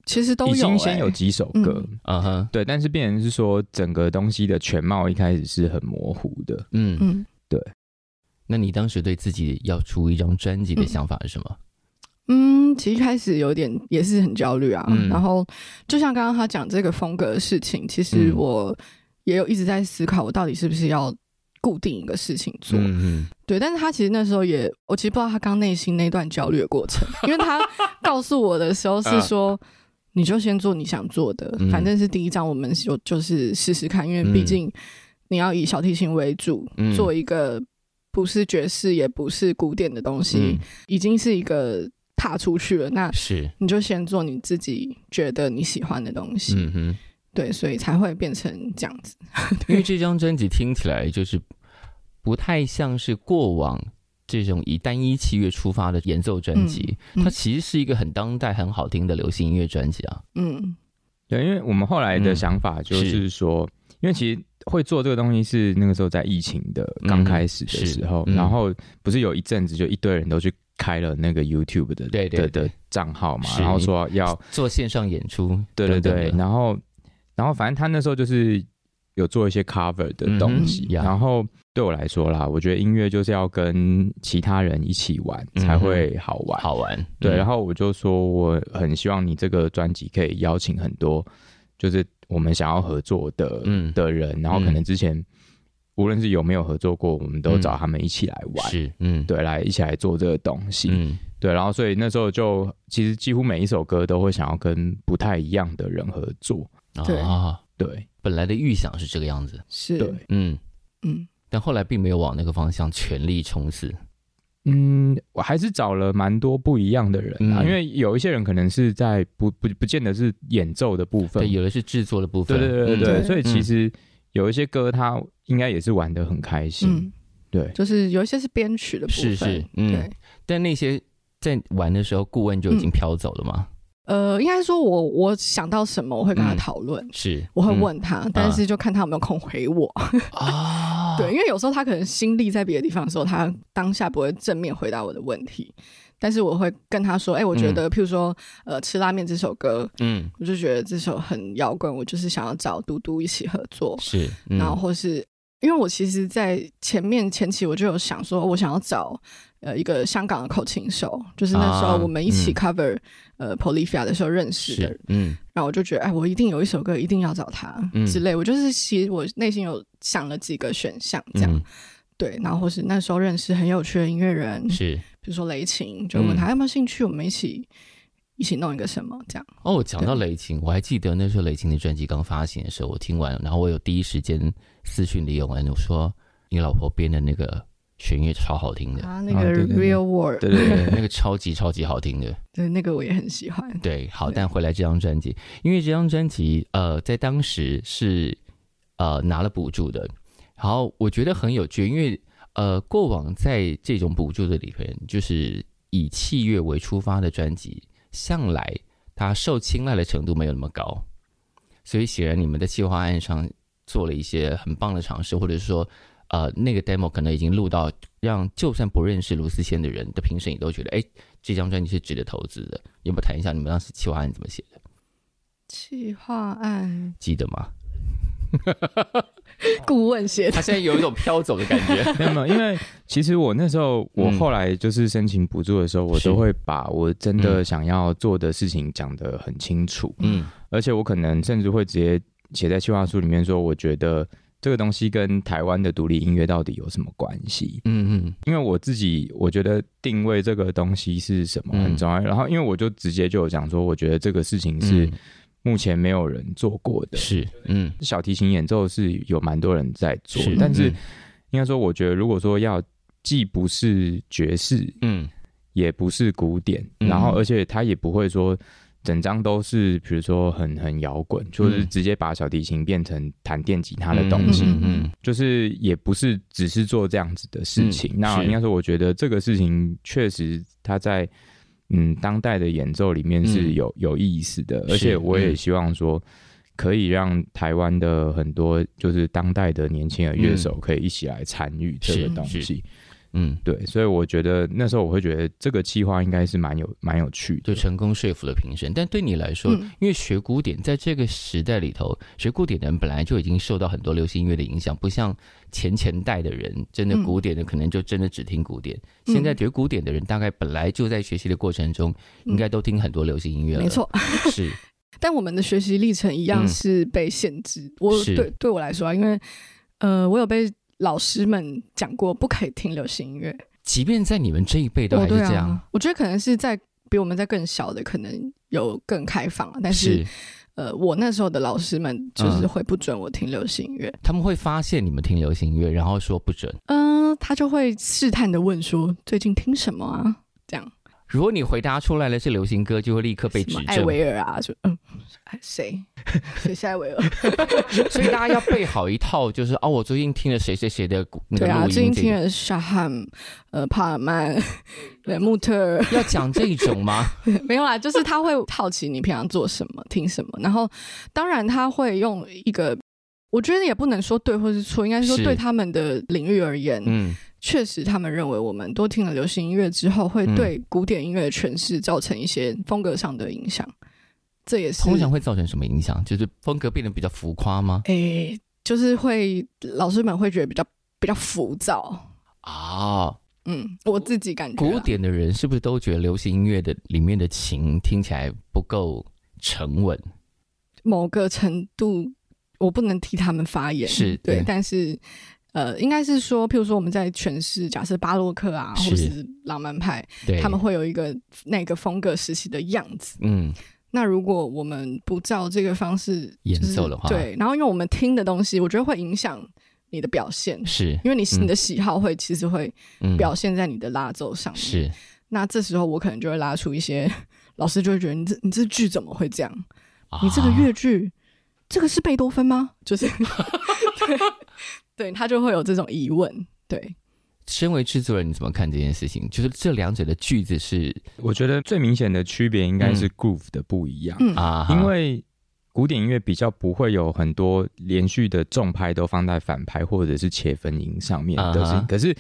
B: 其实都
C: 已
B: 有、
C: 经
B: 欸，
C: 先有几首歌，
A: 嗯哼，
C: 对，但是变成是说整个东西的全貌一开始是很模糊的。
A: 嗯。
B: 嗯
A: 那你当时对自己要出一张专辑的想法是什么？
B: 嗯，其实一开始有点也是很焦虑啊，
A: 嗯
B: 然后就像刚刚他讲这个风格的事情，其实
A: 嗯
B: 我也有一直在思考，我到底是不是要固定一个事情做，
A: 嗯
B: 对，但是他其实那时候也，我其实不知道他刚内心那段焦虑的过程，
A: <laughs>
B: 因为他告诉我的时候是说，你就先做你想做的，
A: 嗯
B: 反正是第一章，我们就就是试试看，因为
A: 嗯
B: 毕竟你要以小提琴为主，
A: 嗯
B: 做一个不是爵士也不是古典的东西，
A: 嗯
B: 已经是一个踏出去了，那
A: 是，
B: 你就先做你自己觉得你喜欢的东西，
A: 嗯哼。
B: 对，所以才会变成这样子，
A: 因为这张专辑听起来就是不太像是过往这种以单一器乐出发的演奏专辑，
B: 嗯嗯
A: 它其实是一个很当代、很好听的流行音乐专辑啊。
B: 嗯
C: 对，因为我们后来的
A: 嗯
C: 想法就是是说，因为其实会做这个东西是那个时候在疫情的刚开始的时候，
A: 嗯是嗯
C: 然后不是有一阵子就一堆人都去开了那个 YouTube 的
A: 对对
C: 的
A: 对
C: 的账号嘛，
A: 是
C: 然后说要
A: 做线上演出，
C: 对
A: 等
C: 对
A: 等
C: 对，
A: 的
C: 然后然后反正他那时候就是有做一些 cover 的东西，
A: 嗯哼呀
C: 然后对我来说啦，我觉得音乐就是要跟其他人一起玩
A: 嗯哼
C: 才会好玩。
A: 好嗯玩。
C: 对，然
A: 后
C: 后我就说我很希望你这个专辑可以邀请很多，就是我们想要合作的、
A: 嗯
C: 的人，然后可能之前、无论是有没有合作过，我们都
A: 嗯
C: 找他们一起来玩。
A: 是嗯
C: 对，来一起来做这个东西，
A: 嗯
C: 对，然后所以那时候就其实几乎每一首歌都会想要跟不太一样的人合作，
B: 对
A: 啊，
C: 对
A: 本来的预想是这个样子，
B: 是，
C: 对，
A: 嗯，
B: 嗯
A: 但后来并没有往那个方向全力冲刺。
C: 嗯，我还是找了蛮多不一样的人啊，
A: 嗯
C: 因为有一些人可能是在不不不见得是演奏的部分
A: 对，，有的是制作的部分，
C: 对对对对
A: 嗯
C: 对，
B: 对
C: 所以其实有一些歌他应该也是玩的很开心，
B: 嗯，
C: 对
B: 就是有一些是编曲的部分，
A: 是是嗯
B: 对。
A: 但那些在玩的时候，顾问就已经
B: 嗯
A: 飘走了嘛？
B: 呃，应该说我我想到什么，我会跟
A: 嗯
B: 他
A: 啊
B: 讨论，
A: 是，嗯
B: 我会问他，但是就看他有没有空回我。
A: 啊，
B: <laughs>
A: 哦
B: 对，因为有时候他可能心力在别的地方的时候，他当下不会正面回答我的问题，但是我会跟他说，哎、我觉得譬如说，呃，吃拉面这首歌，
A: 嗯，
B: 我就觉得这首很摇滚，我就是想要找嘟嘟一起合作，
A: 是，嗯
B: 然后或是呃因为我其实，在前面前期我就有想说，我想要找呃一个香港的口琴手，就是那时候
A: 啊
B: 我们一起
A: 嗯
B: cover、呃 Polifia 的时候认识的
A: 是，嗯
B: 然后我就觉得，哎，我一定有一首歌一定要找他、
A: 嗯
B: 之类，我就是其实我内心有想了几个选项这样，
A: 嗯
B: 对，然后或是那时候认识很有趣的音乐人，
A: 是。
B: 比如说雷琴，就问
A: 嗯
B: 他有没有兴趣，我们一起一起弄一个什么这样。
A: 哦，讲到雷琴，我还记得那时候雷琴的专辑刚发行的时候，我听完，然后我有第一时间私讯李永恩，我说你老婆编的那个弦乐超好听的，
B: 啊，那
C: 哦
B: 个
C: 对对对
B: Real World，
C: 对对对，
A: 那个超级超级好听的。
B: 对那个我也很喜欢。
A: 对，好，
B: 对
A: 但回来这张专辑，因为这张专辑呃，在当时是呃拿了补助的，然后我觉得很有趣，因为呃，过往在这种补助的里边，就是以器乐为出发的专辑，向来它受青睐的程度没有那么高，所以显然你们在计划案上做了一些很棒的尝试，或者说。呃，那个 demo 可能已经录到让就算不认识卢思谦的人的评审也都觉得，哎，这张专辑是值得投资的。有没有谈一下你们当时企划案怎么写的？
B: 企划案
A: 记得吗？
B: 顾问写的
A: 他现在有一种飘走的感觉。
C: 没有没有，因为其实我那时候，我后来就是申请补助的时候，我
A: 嗯是
C: 都会把我真的想要做的事情讲得很清楚，
A: <laughs> 嗯
C: 而且我可能甚至会直接写在计划书里面说，我觉得这个东西跟台湾的独立音乐到底有什么关系？
A: 嗯嗯，
C: 因为我自己我觉得定位这个东西是什么
A: 嗯
C: 很重要，然后因为我就直接就有讲说，我觉得这个事情是
A: 嗯
C: 目前没有人做过的，
A: 是嗯
C: 小提琴演奏是有蛮多人在做
A: 是，
C: 但是
A: 嗯
C: 应该说，我觉得如果说要既不是爵士，
A: 嗯
C: 也不是古典，
A: 嗯
C: 然后而且它也不会说整张都是，比如说很很摇滚，就是
A: 嗯
C: 直接把小提琴变成弹电吉他的东西，
B: 嗯
C: 就是也不是只是做这样子的事情。
A: 嗯
C: 那
A: 是
C: 应该说，我觉得这个事情确实它在嗯当代的演奏里面是
A: 嗯
C: 有、有意思的，
A: 是
C: 而且我也
A: 嗯
C: 希望说。可以让台湾的很多就是当代的年轻的乐手可以一起来参与这个
B: 是
C: 东西，
A: 嗯，
C: 对，所以我觉得那时候我会觉得这个计划应该是蛮有蛮有趣
A: 就
C: 的，
A: 成功说服了评审。但对你来 <laughs> 说，
B: 嗯
A: 因为学古典在这个时代里头，学古典的人本来就已经受到很多流行音乐的影响，不像前前代的人，真的
B: 嗯
A: 古典的可能就真的只听古典。现在学古典的人，大概本来就在学习的过程中，应该都听很多流行音乐了。
B: 没，错，
A: 是
B: 但我们的学习历程一样
A: 嗯
B: 是被限制。我
A: 是
B: 对对我来说啊，因为呃，我有被老师们讲过不可以听流行音乐，
A: 即便在你们这一辈都
B: 哦
A: 还是
B: 对
A: 这样，
B: 啊。我觉得可能是在比我们在更小的，可能有更开放啊，但是呃，我那时候的老师们就是
A: 嗯
B: 会不准我听流行音乐，
A: 他们会发现你们听流行音乐，然后说不准。
B: 嗯、他就会试探的问说最近听什么啊？这样
A: 如果你回答出来了是流行歌，就会立刻被
B: 什
A: 指
B: 么艾
A: 正。
B: 维尔啊，就嗯，哎谁 <laughs> 谁是艾维
A: <laughs>
B: 尔？
A: 所以大家要备好一套，就是哦，我最近听了谁谁谁的那
B: 对
A: 个
B: 啊，
A: 录
B: 最近
A: 音这
B: 听
A: 个，
B: 了沙汉、呃帕尔曼、 <laughs> 对穆特尔， <laughs>
A: 要讲这一种吗？
B: 没有啦，就是他会好奇你平常做什么、听什么，然后当然他会用一个。我觉得也不能说对或是错，应该说
A: 是
B: 对他们的领域而言，
A: 嗯，
B: 确实，他们认为我们多听了流行音乐之后，会
A: 嗯
B: 对古典音乐的诠释造成一些风格上的影响。这也是
A: 通常会造成什么影响？就是风格变得比较浮夸吗？
B: 诶、就是会老师们会觉得比较比较浮躁。
A: 啊、
B: 嗯，我自己感觉啊
A: 古典的人是不是都觉得流行音乐的里面的琴听起来不够沉稳？
B: 某个程度，我不能替他们发言，
A: 是
B: 对
A: 对，
B: 但是。呃，应该是说，譬如说我们在诠释，假设巴洛克啊，
A: 是
B: 或是浪漫派，
A: 对，
B: 他们会有一个那个风格时期的样子。
A: 嗯，
B: 那如果我们不照这个方式
A: 演
B: 就是
A: 奏的话
B: 对，然后因为我们听的东西，我觉得会影响你的表现，
A: 是
B: 因为你、
A: 嗯
B: 你的喜好会其实会
A: 嗯
B: 表现在你的拉奏上面。，
A: 是
B: 那这时候我可能就会拉出一些，老师就会觉得你这你这剧怎么会这样？你这个
A: 啊
B: 乐剧，这个是贝多芬吗？就是
A: <laughs>
B: 对对，他就会有这种疑问。对，
A: 身为制作人，你怎么看这件事情？就是这两者的句子是
C: 我觉得最明显的区别应该是 groove 的不一样，
B: 嗯
A: 嗯啊哈，
C: 因为古典音乐比较不会有很多连续的重拍都放在反拍或者是切分音上面
A: 啊哈
C: 的事情，可是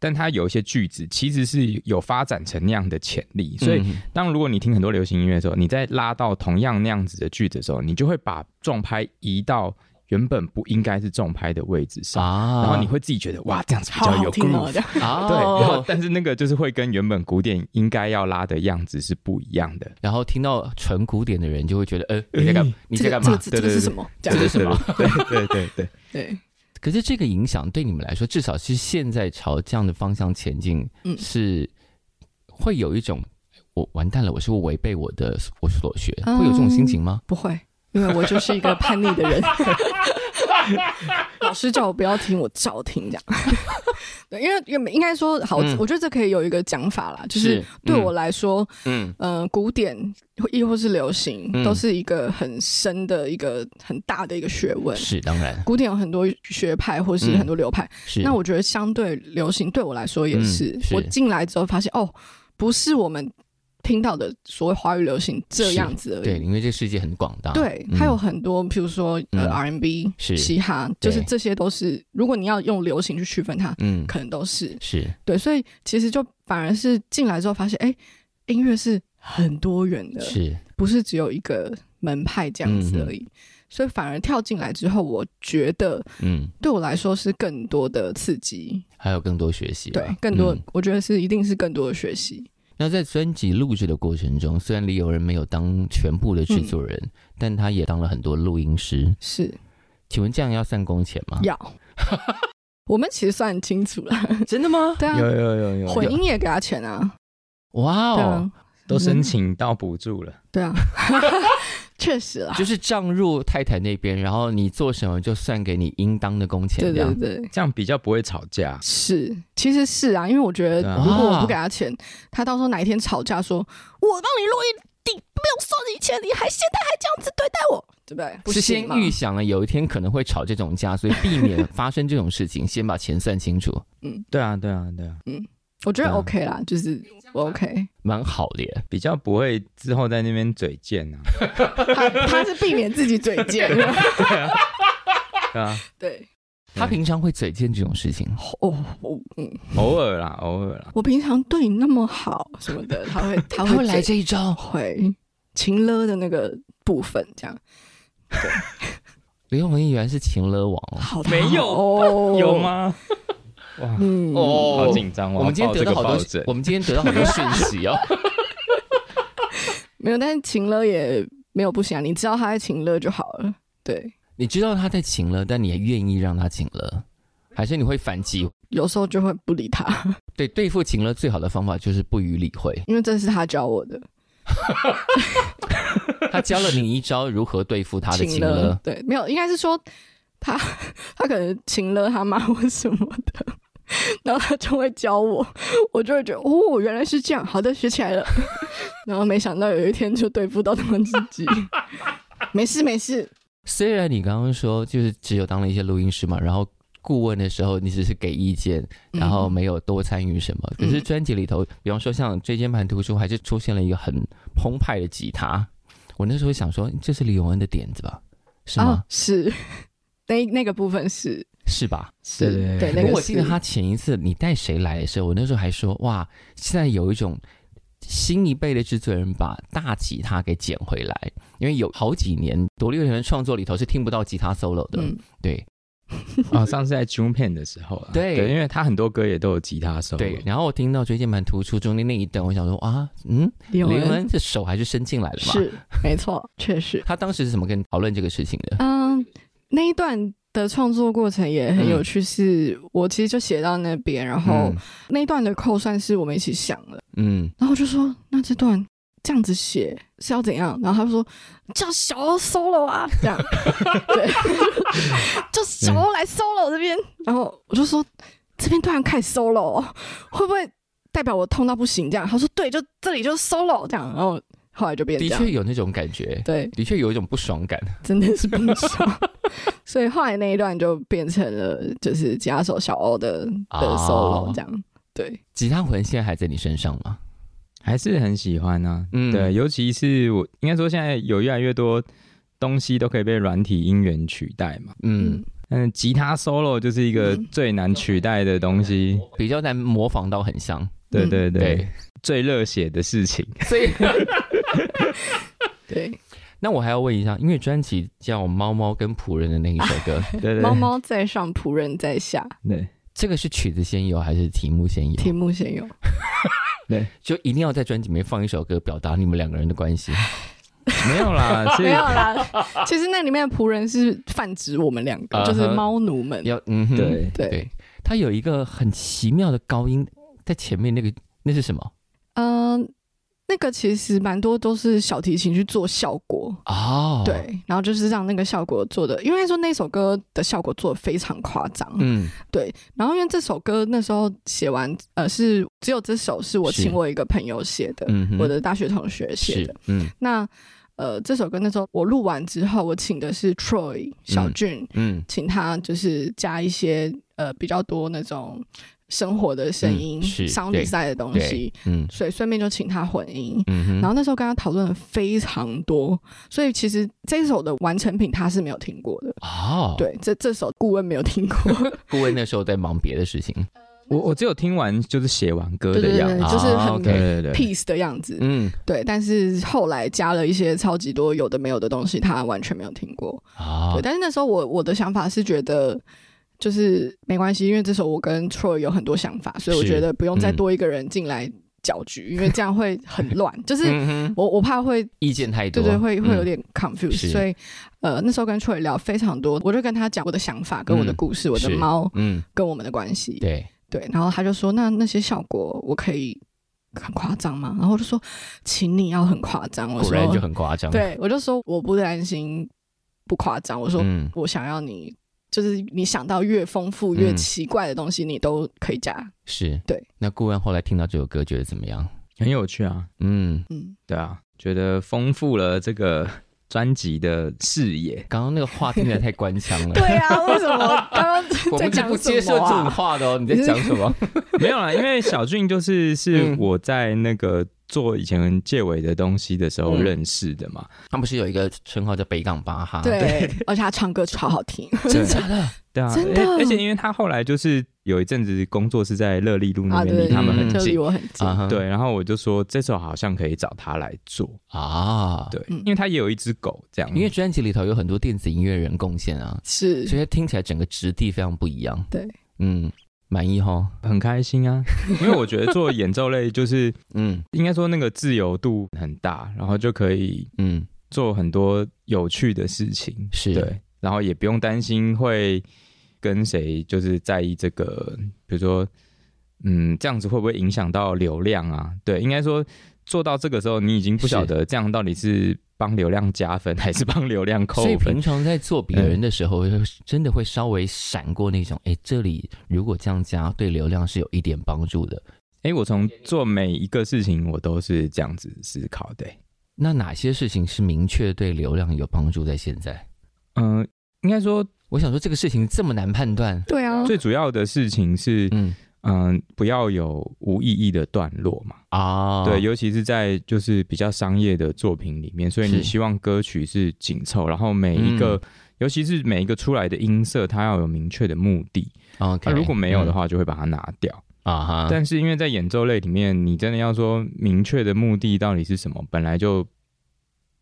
C: 但它有一些句子其实是有发展成那样的潜力。所以，
A: 嗯
C: 当如果你听很多流行音乐的时候，你在拉到同样那样子的句子的时候，你就会把重拍移到原本不应该是重拍的位置上，
A: 啊，
C: 然后你会自己觉得哇，这样子比
B: 好
C: 较
B: 好
C: 有
B: 听哦
C: groove，。
B: 这样
A: 啊，
C: 对，然后但是那个就是会跟原本古典应该要拉的样子是不一样的。
A: 然后听到纯古典的人就会觉得，呃，你在干
C: 嗯
A: 你
B: 这
A: 在
B: 个
A: 干
B: 这
A: 嘛
B: 个？字
C: 对
B: 这个
C: 对
B: 是
C: 对
B: 什么？这
C: 对
B: 样
A: 这是什么？
C: 对对对对对，
B: 对，
A: 可是这个影响对你们来说，至少是现在朝这样的方向前进，
B: 嗯
A: 是会有一种我完蛋了，我是不是违背我的我所学，会有这种心情吗？
B: 不会，因为我就是一个叛逆的人。 <laughs> 老师叫我不要听，我照听这样。 <laughs> 对，因为因为应该说好，
A: 嗯
B: 我觉得这可以有一个讲法啦，就是是对
A: 嗯
B: 我来说，
A: 嗯
B: 呃，古典亦或是流行，
A: 嗯
B: 都是一个很深的一个很大的一个学问。
A: 是当然
B: 古典有很多学派，或是
A: 嗯
B: 很多流派。
A: 是。
B: 那我觉得相对流行对我来说也
A: 嗯
B: 是，
A: 是
B: 我进来之后发现哦，不是我们听到的所谓华语流行这
A: 是
B: 样子而已。
A: 对，因为这个世界很广大，
B: 对，
A: 嗯
B: 它有很多，譬如说呃
A: 嗯
B: R&B、
A: 是
B: 嘻哈，就是
A: 对
B: 这些都是，如果你要用流行去区分它，
A: 嗯
B: 可能都是
A: 是
B: 对，所以其实就反而是进来之后发现，哎，音乐是很多元的，
A: 是
B: 不是只有一个门派这样子
A: 嗯哼
B: 而已。所以反而跳进来之后，我觉得
A: 嗯，
B: 对我来说是更多的刺激，
A: 还有更多学习吧，
B: 对，更多，
A: 嗯
B: 我觉得是一定是更多的学习。
A: 那在专辑录制的过程中，虽然李友仁没有当全部的制作人，但他也当了很多录音师。
B: 是
A: 请问这样要算工钱吗？
B: <laughs> 要，我们其实算清楚了，
A: 真的吗？ <laughs>
B: 对啊，
C: <laughs> 有有有有
B: 混音也给他钱啊，
A: 哇
B: 对
A: 哦
B: 啊，，
C: 都申请到补助了。
B: 对啊，确实啦，
A: 就是账入太太那边，然后你做什么就算给你应当的工钱，
B: 对
A: 这
B: 对
A: 样
B: 对，
C: 这样比较不会吵架。
B: 是，其实是啊，因为我觉得
C: 对啊
B: 如果我不给他钱，他到时候哪一天吵架说，我帮你录音，你没有收你钱，你还现在还这样子对待我，对不对？不
A: 是先
B: 行嘛
A: 预想了有一天可能会吵这种架，所以避免发生这种事情，先把钱算清楚，
C: 对啊，对啊，对啊，
B: 我觉得
C: 对啊
B: OK 啦，就是我 OK，
A: 蛮好的耶。
C: 比较不会之后在那边嘴贱啊。
B: 他他是避免自己嘴贱，
C: 对
A: <laughs>
C: 啊，
B: 对，
A: 他平常会嘴贱这种事情，
B: 哦，我嗯，
C: 偶尔啦，偶尔啦。
B: 我平常对你那么好什么的，他会他
A: 他
B: 会
A: 会来
B: 嘴
A: 这一招。
B: 会情勒的那个部分，这样
A: 李永仁原来是情勒王哦。
B: 好
C: 没有
B: 有
A: <laughs>
C: 有？吗？哇，
B: 嗯，
A: 哦
C: 好紧张哦！
A: 我们今天得到好
C: 抱
A: 多
C: 这个抱枕，
A: 我们今天得到好多讯息
C: <laughs>
A: 哦。
B: 没有，但是情勒也没有不行啊，你知道他在情勒就好了。对，
A: 你知道他在请了，但你也愿意让他请了，还是你会反击？
B: 有时候就会不理他， <laughs>
A: 对，对付请了最好的方法就是不予理会。
B: 因为这是他教我的。
A: 他教了你一招如何对付他的请
B: 勒
A: 了，，
B: 对，没有，应该是说他 <laughs> 他可能情勒他妈我什么的， <laughs> 然后他就会教我，我就会觉得哦，原来是这样，好的，学起来了。 <laughs> 然后没想到有一天就对付到他们自己， <laughs> 没事没事，
A: 虽然你刚刚说就是只有当了一些录音师嘛，然后顾问的时候你只是给意见，
B: 嗯
A: 然后没有多参与什么。
B: 嗯
A: 可是专辑里头，比方说像《椎间盘突出》，还是出现了一个很澎湃的吉他。我那时候想说，这是李永恩的点子吧？是吗？
B: 啊是 <laughs> 那那个部分是
A: 是吧？
B: 是
C: 对对
B: 对，
C: 对
B: 那
A: 不
B: 个
A: 过我记得
B: 是
A: 他前一次你带谁来的时候，我那时候还说哇，现在有一种新一辈的制作人把大吉他给捡回来，因为有好几年独立乐团的创作里头是听不到吉他 solo 的。 <laughs>
B: 嗯
A: 对
C: 啊，上次在 June Pen 的时候啊，
A: 对
C: 因为他很多歌也都有吉他手。
A: 对，然后我听到椎间盘突出中间那一段，我想说啊，嗯，
B: 李
A: 林
B: 文
A: 恩这手还是伸进来了嘛？
B: 是没
A: <laughs>
B: 错，确实。
A: 他当时是怎么跟你讨论这个事情
B: <laughs>
A: 的？
B: 嗯，那一段的创作过程也很有趣，是我其实就写到那边，然后
A: 嗯
B: 那一段的扣算是我们一起想的，
A: 嗯，
B: 然后我就说那这段这样子写是要怎样？然后他就说叫小欧 solo 啊， <laughs> 这样，
A: <laughs>
B: 对，就小欧来 solo 这边，然后我就说这边突然开始 solo，哦会不会代表我痛到不行？这样，他说对，就这里就是 solo 这样，然后后来就变这
A: 的
B: 样
A: 确，有那种感觉，
B: 对，
A: 的确有一种不爽感。
B: 真的是不少。 <laughs> 所以后来那一段就变成了就是吉他手小欧的
A: 哦
B: 的 solo 这样。对，
A: 吉他魂现在还在你身上吗？
C: 还是很喜欢啊。
A: 嗯
C: 对，尤其是我应该说，现在有越来越多东西都可以被软体音源取代嘛。
A: 嗯，
C: 嗯，吉他 solo 就是一个
B: 嗯
C: 最难取代的东西，
A: 比较难模仿到很像。
C: 对
B: 嗯
C: 对对，
A: 对
C: 最热血的事情。
A: 所以，
B: 对，
A: 那我还要问一下，因为专辑叫《猫猫跟仆人》的那一首歌，
B: 啊
C: 对对对
B: 猫猫在上，仆人在下，
C: 对
A: 这个是曲子先有还是题目先有？
B: 题目先有。
C: 对，
A: 就一定要在专辑里面放一首歌，表达你们两个人的关
B: <laughs>
A: 系。
C: 没有啦，是
B: 没有 <laughs> 啦，其实那里面的仆人是泛指我们两个
A: 啊哈
B: 就是猫奴们。
A: 要嗯哼，
C: 对
B: 对，
A: 它有一个很奇妙的高音在前面，那个那是什么
B: 嗯、那个其实蛮多都是小提琴去做效果，
A: 哦，，
B: 对，然后就是让那个效果做的，因为说那首歌的效果做的非常夸张，
A: 嗯，
B: 对。然后因为这首歌那时候写完，呃，是只有这首是我
A: 是
B: 请我一个朋友写的，
A: 嗯哼
B: 我的大学同学写的
A: 是。，嗯
B: 那呃，这首歌那时候我录完之后，我请的是 Troy 小俊，
A: 嗯，
B: 请他就是加一些呃比较多那种生活的声音、
A: 嗯是
B: 商
A: 对
B: 比赛的东
A: 对
B: 西，，
A: 嗯
B: 所以顺便就请他混音。
A: 嗯哼，
B: 然后那时候跟他讨论了非常多，所以其实这首的完成品他是没有听过的。
A: 哦，，
B: 对，这这首顾问没有
A: <laughs>
B: 听过，
A: 顾问那时候在忙别的事情，
C: 我我只有听完就是写完歌
B: 对
C: 的
B: 对
C: 样
B: 对，
C: 子，
B: 就是
A: 啊
B: 很
A: ，OK
C: 对对对，
B: peace 的样子。
A: 嗯，
B: 对，但是后来加了一些超级多有的没有的东西，他完全没有听过。
A: 哦
B: 对，，但是那时候我我的想法是觉得，就是没关系，因为这首我跟 Troy 有很多想法，所以我
A: 是
B: 觉得不用再
A: 嗯
B: 多一个人进来搅局，因为这样会很乱。就是
A: 嗯哼，
B: 我我怕会
A: 意见太
B: 对
A: 多，
B: 对会会有
A: 嗯
B: 点 confuse，、
A: 是
B: 所以呃那时候跟 Troy 聊非常多，我就跟他讲我的想法、跟我的
A: 嗯
B: 故事、我的
A: 是
B: 猫
A: 嗯，
B: 跟我们的关系。
A: 对，
B: 对，然后他就说：“那那些效果我可以很夸张吗？”然后我就说：“请你要很夸张。”我
A: 果然就
B: 说
A: 很夸：“张，，
B: 对，我就说我不担心不夸张。”我说：“
A: 嗯，
B: 我想要你，就是你想到越丰富、
A: 嗯
B: 越奇怪的东西，你都可以加。
A: 是，
B: 对。
A: 那顾问后来听到这首歌，觉得怎么样？
C: 很有趣啊，
A: 嗯，
B: 嗯，
C: 对啊，觉得丰富了这个专辑的视野。
A: 刚刚那个话听起来太官腔 <laughs> 了，
B: <laughs> 对啊，为什么刚
A: <laughs> 我
B: 刚在
A: 们是
B: 讲
A: 不接受这种
B: 啊？
A: 话的哦，你在讲什么？ <laughs>
C: <laughs> 没有啦，因为小俊就是是
A: 嗯
C: 我在那个做以前借尾的东西的时候
A: 嗯
C: 认识的嘛，
A: 他们是有一个称号叫北港巴哈，
B: 对，而且他唱歌超好听，
A: 真假的？
C: 对啊，
B: 真的
C: 而而且因为他后来就是有一阵子工作是在乐利路那
B: 啊
C: 边，
B: 对
C: 离他们很
A: 嗯
B: 就离
C: 近，
B: 我很
A: <laughs>
B: 近。
A: 啊哈
C: 对，然后我就说这首好像可以找他来做，
A: 啊，
C: 对，
B: 嗯
C: 因为他也有一只狗这样，
A: 因为专辑里头有很多电子音乐人贡献啊，
B: 是
A: 所以它听起来整个质地非常不一样。
B: 对，
A: 嗯，满意哈，
C: 很开心啊， <laughs> 因为我觉得做演奏类就是
A: 嗯
C: 应该说那个自由度很大，然后就可以
A: 嗯，
C: 做很多有趣的事情，
A: 是
C: 对，然后也不用担心会跟谁就是在意这个，比如说，嗯，这样子会不会影响到流量啊？对，应该说做到这个时候，你已经不晓得这样到底是帮流量加分 <laughs> 还是帮流量扣
A: 所以
C: 分
A: 平。常在做别人的时候，会真的会稍微闪过那种，哎，这里如果这样加，对流量是有一点帮助的。
C: 哎，我从做每一个事情，我都是这样子思考的、
A: 那哪些事情是明确对流量有帮助？在现在，
C: 嗯、应该说
A: 我呃想说这个事情这么难判断，
B: 对啊，
C: 最主要的事情是，
A: 嗯
C: 嗯、不要有无意义的段落嘛。
A: 啊，
C: 对，尤其是在就是比较商业的作品里面，所以
A: 是嗯
C: 你希望歌曲是紧凑，然后每一个，尤其是每一个出来的音色，它要有明确的目的。
A: ，OK，
C: 那、如果没有
A: 嗯
C: 的话，就会把它拿掉。
A: 啊哈，
C: 但是因为在演奏类里面，你真的要说明确的目的到底是什么，本来就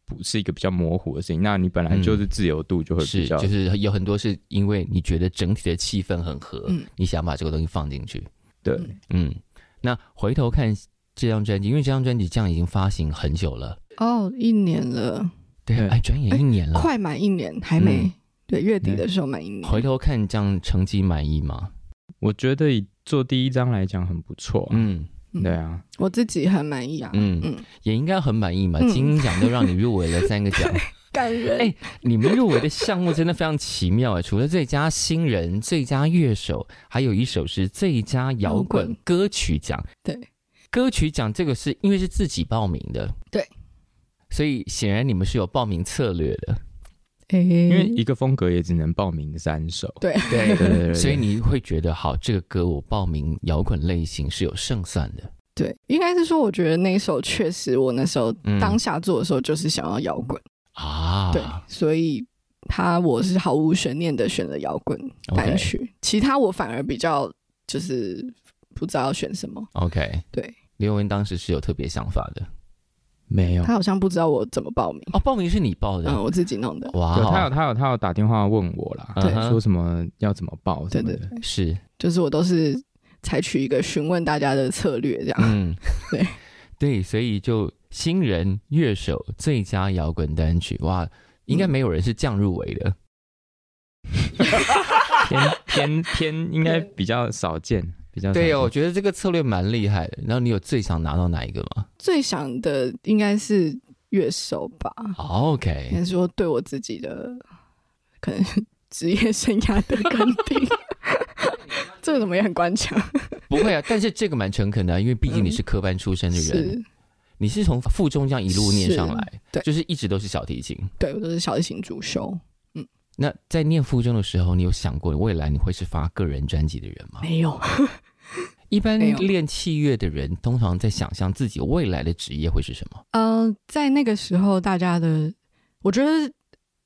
C: 不是一个比较模糊的事情。那你本来就是自由度就会
A: 嗯是
C: 比较，
A: 就是有很多是因为你觉得整体的气氛很合，
B: 嗯
A: 你想把这个东西放进去。
C: 对
B: 嗯
A: 嗯，那回头看这张专辑，因为这张专辑这样已经发行很久了，
B: 哦，一年了，
A: 对
C: 对
A: 哎，转眼一年了。
B: 快满一年还没
A: 嗯。
B: 对，月底的时候满一年。
A: 回头看这样成绩满意吗？
C: 我觉得以做第一张来讲很不错、嗯，
A: 嗯，
B: 嗯
C: 对啊，
B: 我自己很满意啊。
A: 嗯
B: 嗯，
A: 也应该很满意嘛。
B: 嗯
A: 金鹰奖都让你入围了三个
B: <laughs>
A: 奖，
B: 感人。
A: 哎你们入围的项目真的非常奇妙哎！除了最佳新人、最佳乐手，还有一首是最佳摇滚
B: 摇滚
A: 歌曲奖。
B: 对，
A: 歌曲奖这个是因为是自己报名的，
B: 对，
A: 所以显然你们是有报名策略的，
C: 因
A: 嗯
B: 因
C: 为一个风格也只能报名三首。
B: 对
C: 对对对
A: <laughs>
C: 对
A: 所以你会觉得好，这个歌我报名摇滚类型是有胜算的。
B: 对，应该是说，我觉得那一首确实，我那时候
A: 嗯
B: 当下做的时候就是想要摇滚，
A: 啊，
B: 对，所以他我是毫无悬念的选了摇滚单曲其他我反而比较就是不知道要选什么。
A: OK，
B: 对
A: 刘文当时是有特别想法的嗯
C: 没有，
B: 他好像不知道我怎么报名，
A: 哦，报名是你报的，
B: 嗯，我自己弄的，
A: 哇
C: 对他有
A: 哦，
C: 他有他有打电话问我啦，
A: 嗯哼
C: 说什么要怎么报
B: 对
C: 什么
B: 对
C: 的，
B: 对，
A: 是，
B: 就是我都是采取一个询问大家的策略这样。
A: 嗯，
B: 对
A: 对，所以就新人乐手最佳摇滚单曲，哇，应该没有人是这样入围的，
C: 偏偏偏应该比较少见，比较少见
A: 对哦，我，觉得这个策略蛮厉害的。然后你有最想拿到哪一个吗、
B: 最想的应该是乐手吧，
A: o
B: 应
A: k
B: 该说对我自己的可能 <laughs> 职业生涯
A: <laughs>
B: 的肯定，这个怎么也很关卡，
A: 不会啊，但是这个蛮诚恳的啊、因为毕竟你是科班出身的人，
B: 是
A: 你是从附中这样一路念上来，
B: 对
A: 就是一直都是小提琴。
B: 对我都是小提琴主修，
A: 那在念附中的时候，你有想过未来你会是发个人专辑的人吗？
B: 没有，
A: 一般
B: 没有
A: 练器乐的人，通常在想象自己未来的职业会是什么？
B: 呃，在那个时候大家的，我觉得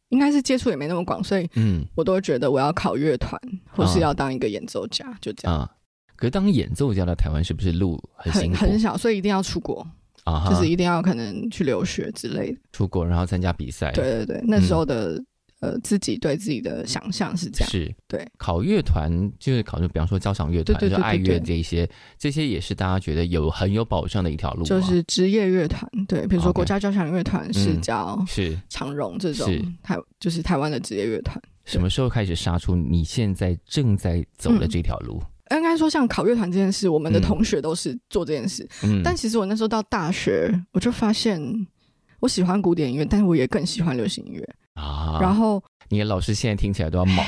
B: 应该是接触也没那么广，所以
A: 嗯
B: 我都会觉得我要考乐团，或是
A: 啊
B: 要当一个演奏家，就这样。
A: 啊，可是当演奏家到台湾是不是路啊很辛
B: 很
A: 苦
B: 很小，所以一定要出国，
A: 啊哈？
B: 就是一定要可能去留学之类的。
A: 出国然后参加比赛，
B: 对对对，
A: 嗯
B: 那时候的、呃自己对自己的想象是这样。
A: 是，
B: 对，
A: 考乐团就是考虑，比方说交响乐团、
B: 对对对
A: 就爱
B: 对
A: 乐
B: 对
A: 这一些，这些也是大家觉得有很有保障的一条路嘛。啊
B: 就是职业乐团，对，比如说
A: OK
B: 国家交响乐团是
A: 嗯
B: 叫
A: 是
B: 长荣这种
A: 是
B: 台，就是台湾的职业乐团。
A: 什么时候开始杀出你现在正在走
B: 嗯
A: 的这条路？
B: 应该说，像考乐团这件事，我们的
A: 嗯
B: 同学都是做这件事。
A: 嗯，
B: 但其实我那时候到大学，我就发现我喜欢古典音乐，但是我也更喜欢流行音乐。
A: 啊，
B: 然后
A: 你的老师现在听起来都要
B: <laughs>
A: 毛，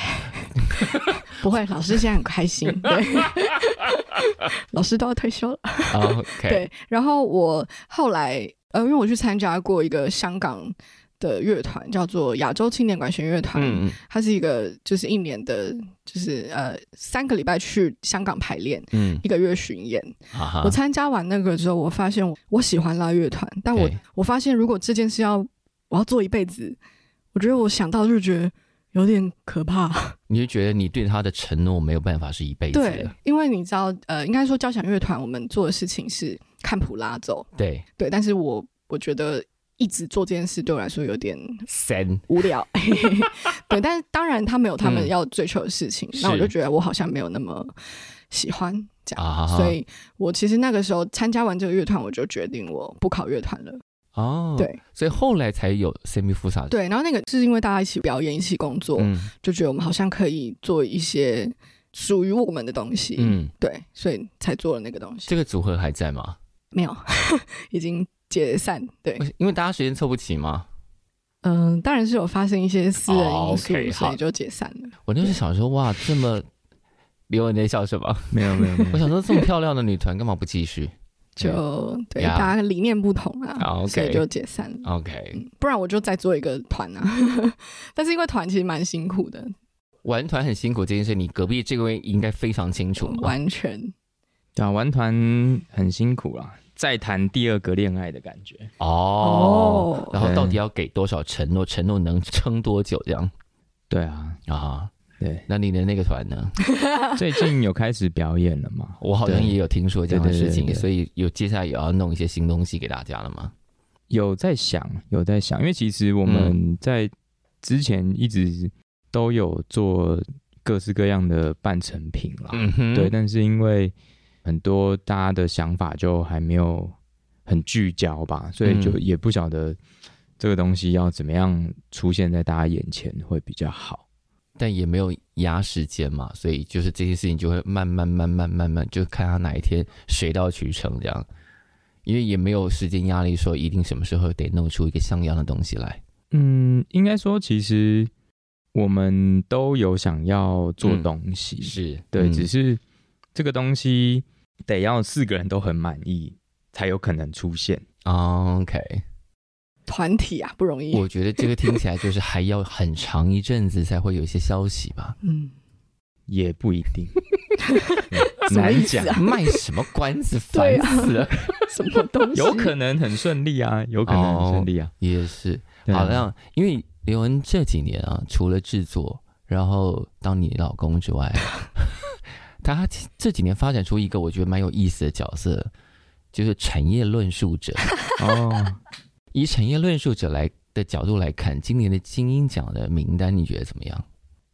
B: 不会，老师现在很开心，
A: <laughs>
B: 对，老师都要退休了。
A: 啊 OK，
B: 对，然后我后来呃，因为我去参加过一个香港的乐团，叫做亚洲青年管弦乐团，
A: 嗯
B: 它是一个就是一年的，就是呃三个礼拜去香港排练。
A: 嗯
B: 一个月巡演，
A: 嗯，啊哈
B: 我参加完那个之后，我发现我我喜欢拉乐团，但我
A: 对
B: 我发现如果这件事要我要做一辈子，我觉得我想到就觉得有点可怕。
A: 你就觉得你对他的承诺没有办法是一辈子
B: 对
A: 的，，
B: 因为你知道，呃，应该说交响乐团我们做的事情是看谱拉奏，
A: 对，
B: 对，但是我我觉得一直做这件事对我来说有点
A: 三
B: 无
A: <laughs>
B: 聊， <laughs> 对，但是当然他们有他们要追求的事情，
A: 嗯是
B: 那我就觉得我好像没有那么喜欢这样。
A: 啊哈哈，
B: 所以，我其实那个时候参加完这个乐团，我就决定我不考乐团了。
A: 哦，
B: 对，
A: 所以后来才有 semi fusa
B: 对，然后那个是因为大家一起表演、一起工作，
A: 嗯
B: 就觉得我们好像可以做一些属于我们的东西。，
A: 嗯，
B: 对，所以才做了那个东西。
A: 这个组合还在吗？
B: 没有， <laughs> 已经解散。对，
A: 因为大家时间凑不齐嘛。
B: 嗯、当然是有发生一些私人
A: 哦
B: 因素，
A: ，OK，
B: 所
A: 好
B: 以就解散了。
A: 我那时候想说，哇，这么刘文在笑什
B: <laughs>
A: 么？
C: 没有没有没
A: 我
C: 有，
A: 想说，这么漂亮的女团，干嘛不继续
B: 就对
A: 嗯 Yeah
B: 大家理念不同
A: 啊
B: 啊，
A: ，OK
B: 所以就解散了。
A: ？OK，
B: 嗯不然我就再做一个团啊， <laughs> 但是因为团其实蛮辛苦的，
A: 玩团很辛苦这件事，你隔壁这位应该非常清楚嘛。
B: 完全
C: 对啊，玩团很辛苦啦，再谈第二个恋爱的感觉，
A: 哦，然后
C: 对
A: 到底要给多少承诺？承诺能撑多久？这样
C: 对啊，
A: 啊？，
C: 对
A: 那你的那个团呢？
C: 最近有开始表演了嘛？
A: 我好像
C: 对
A: 也有听说这样的事情，
C: 对对对对
A: 所以有接下来也要弄一些新东西给大家了吗？
C: 有在想，有在想，因为其实我
A: 嗯
C: 们在之前一直都有做各式各样的半成品啦，
A: 嗯哼
C: 对，但是因为很多大家的想法就还没有很聚焦吧，所以就
A: 嗯
C: 也不晓得这个东西要怎么样出现在大家眼前会比较好。
A: 但也没有压时间嘛，所以就是这些事情就会慢慢、慢慢、慢慢，就看他哪一天水到渠成这样，因为也没有时间压力，说一定什么时候得弄出一个像样的东西来。
C: 嗯，应该说其实我们都有想要做
A: 嗯
C: 东西，
A: 是
C: 对，只是这个东西得要四个人都很满意才有可能出现。
A: 啊 OK，
B: <laughs> 团体啊，不容易。
A: 我觉得这个听起来就是还要很长一阵子才会有一些消息吧。
B: 嗯，
C: 也不一 <laughs> 定，嗯
B: 什么
C: 难
B: 意思
C: 讲，
B: 啊？
A: <laughs> 卖什么关子，烦
B: 对啊
A: 死了。
B: 什么东西？
C: 有可能很顺利啊，有可能很顺利啊。
A: 也是，
C: 对啊
A: 好像因为刘恩这几年啊，除了制作，然后当你老公之 <laughs> 外，他这几年发展出一个我觉得蛮有意思的角色，就是产业论述 <laughs> 者。
C: <laughs> 哦，
A: 以产业论述者来的角度来看，今年的金鹰奖的名单，你觉得怎么样？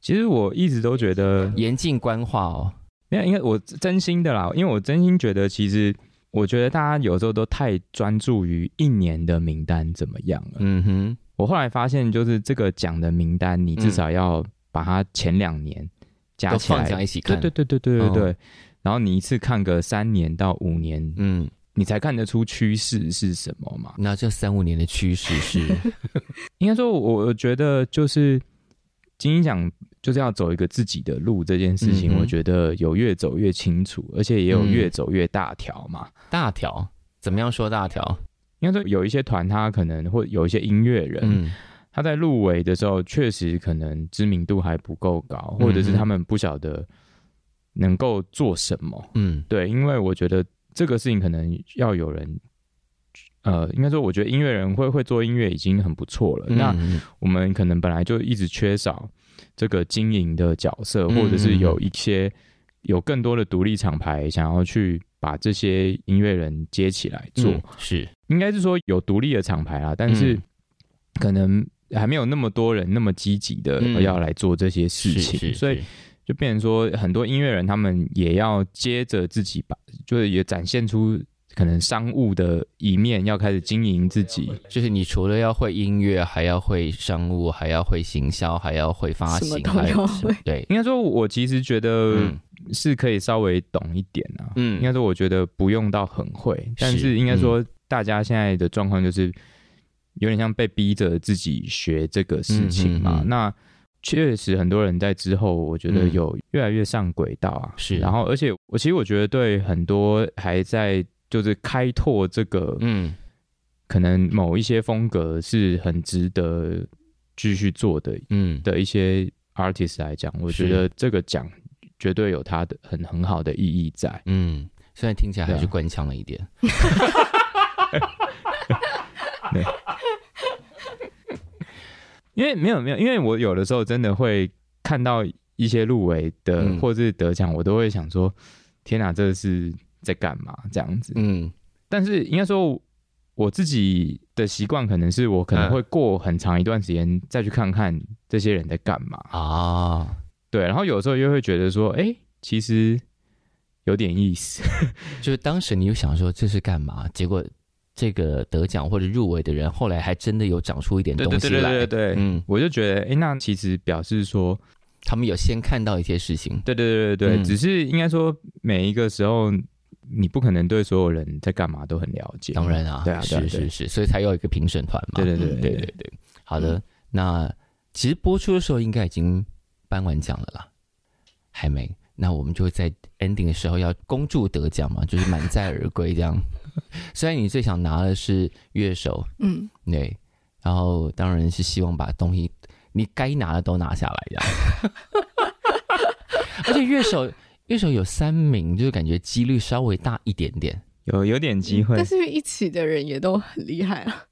C: 其实我一直都觉得，
A: 严禁官话哦，
C: 没有，应该我真心的啦，因为我真心觉得，其实我觉得大家有时候都太专注于一年的名单怎么样了。
A: 嗯哼，
C: 我后来发现，就是这个奖的名单，你至少要把它前两年加
A: 都
C: 起
A: 放
C: 来，
A: 在一起
C: 对
A: 看，
C: 对对对对对对。
A: 哦
C: 然后你一次看个三年到五年，
A: 嗯，
C: 你才看得出趋势是什么嘛。
A: 那这三五年的趋势是， <laughs>
C: 应该说，我我觉得就是金鹰奖就是要走一个自己的路这件事
A: 嗯
C: 情，
A: 哼嗯
C: 我觉得有越走越清楚，而且也有越走越大条嘛。
A: 大条，怎么样说大条？
C: 应该说，有一些团他可能会有一些音乐人，
A: 嗯
C: 他在入围的时候确实可能知名度还不够高，
A: 嗯哼
C: 或者是他们不晓得能够做什么。
A: 嗯
C: 对，因为我觉得这个事情可能要有人。呃，应该说，我觉得音乐人会会做音乐已经很不错了。那
A: 嗯
C: 我们可能本来就一直缺少这个经营的角色，
A: 嗯
C: 或者是有一些有更多的独立厂牌想要去把这些音乐人接起来做，
A: 嗯是，
C: 应该是说有独立的厂牌啦，但是
A: 嗯
C: 可能还没有那么多人那么积极的
A: 嗯
C: 要来做这些事情，
A: 是是
C: 所以
A: 是
C: 就变成说，很多音乐人他们也要接着自己把，就是也展现出可能商务的一面，要开始经营自己。
A: 就是你除了要会音乐，还要会商务，还要会行销，还要会发
B: 什么
A: 行，
B: 都
A: 还
B: 要
A: 有什么
B: 会
A: <laughs> 对，
C: 应该说，我其实觉得
A: 嗯
C: 是可以稍微懂一点啊。
A: 嗯
C: 呃应该说，我觉得不用到很会，但是应该说，大家现在的状况就是有点像被逼着自己学这个事情嘛。
A: 嗯嗯嗯
C: 那确实，很多人在之后，我觉得
A: 嗯
C: 有越来越上轨道啊。
A: 是
C: 然后而且我其实我觉得对很多还在就是开拓这个
A: 嗯
C: 可能某一些风格是很值得继续做的
A: 嗯，
C: 的一些 artist 来讲，我
A: 是
C: 觉得这个奖绝对有它的很很好的意义在。
A: 嗯，虽然听起来还
C: 对
A: 是
C: 啊
A: 官腔了一点，
C: 因为没有没有，因为我有的时候真的会看到一些入围的、
A: 嗯
C: 或者是得奖，我都会想说：天哪、这是在干嘛？这样子。
A: 嗯
C: 但是应该说，我自己的习惯可能是我可能
A: 嗯
C: 会过很长一段时间再去看看这些人在干嘛。
A: 啊，
C: 对，然后有时候又会觉得说：哎、其实有点意 <laughs> 思。
A: 就是当时你又想说这是干嘛，结果这个得奖或者入围的人，后来还真的有长出一点东西来，
C: 对
A: 嗯，
C: 我就觉得，哎、那其实表示说，
A: 他们有先看到一些事情，
C: 对对对对对，
A: 嗯
C: 只是应该说每一个时候，你不可能对所有人在干嘛都很了解。
A: 当，然啊，
C: 对啊对
A: 是
C: 啊对
A: 是嗯是，所以才有一个评审团嘛，
C: 对对对
A: 对对对，好的，那其实播出的时候应该已经颁完奖了啦，还没。那我们就会在 ending 的时候要恭祝得奖嘛，就是满载而归这样。 <laughs> 虽然你最想拿的是乐手，
B: 嗯，
A: 对，然后当然是希望把东西你该拿的都拿下来这样。 <laughs> 而且乐手乐手有三名，就是感觉几率稍微大一点点。
C: 有有点机会
B: 但，嗯是一起的人也都很厉害啊，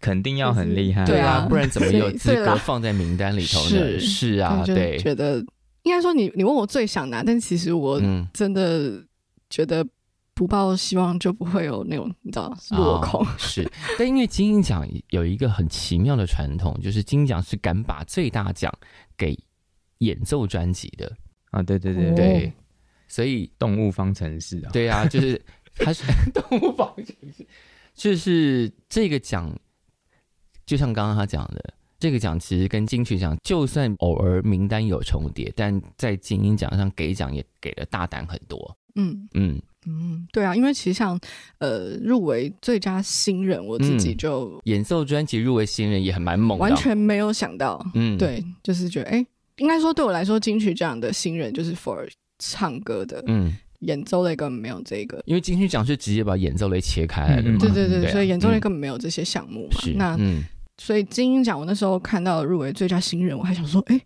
C: 肯定要很厉害。
B: 对啊
A: 啊，不然怎么有资
B: 所以
A: 格
B: 啦
A: 放在名单里头呢？
B: 是
A: 是啊，
B: 就
A: 对，
B: 觉得应该说你你问我最想啊拿，但其实我
A: 嗯，
B: 真的觉得不抱希望就不会有那种你知道落空，
A: 啊是，但因为金鹰奖有一个很奇妙的传统，就是金鹰奖是敢把最大奖给演奏专辑的，
C: 啊，对对
B: 哦
C: 对
A: 对，所以
C: 动物方程式啊，
A: 对啊，
B: <laughs>
A: 就是它是动物方程式， <laughs> 就是这个奖，就像刚刚他讲的，这个奖其实跟金曲奖就算偶尔名单有重叠，但在金鹰奖上给奖也给的大胆很多，
B: 嗯。
A: 嗯。
B: 嗯，对啊，因为其实像呃入围最佳新人，我自己
A: 嗯
B: 就
A: 演奏专辑入围新人也很蛮猛的，
B: 完，全没有想到，
A: 嗯，，
B: 对，就是觉得哎、诶应该说对我来说，金曲奖的新人就是 for 唱歌的，
A: 嗯，
B: 演奏类根本没有这个，
A: 因为金曲奖是直接把演奏类切开来的嘛，
C: 嗯
B: 对对对，
A: 对啊
B: 所以演奏类根本没有这些项目嘛。
A: 是，
B: 那、
A: 嗯
B: 所以金鹰奖，我那时候看到入围最佳新人，我还想说，哎、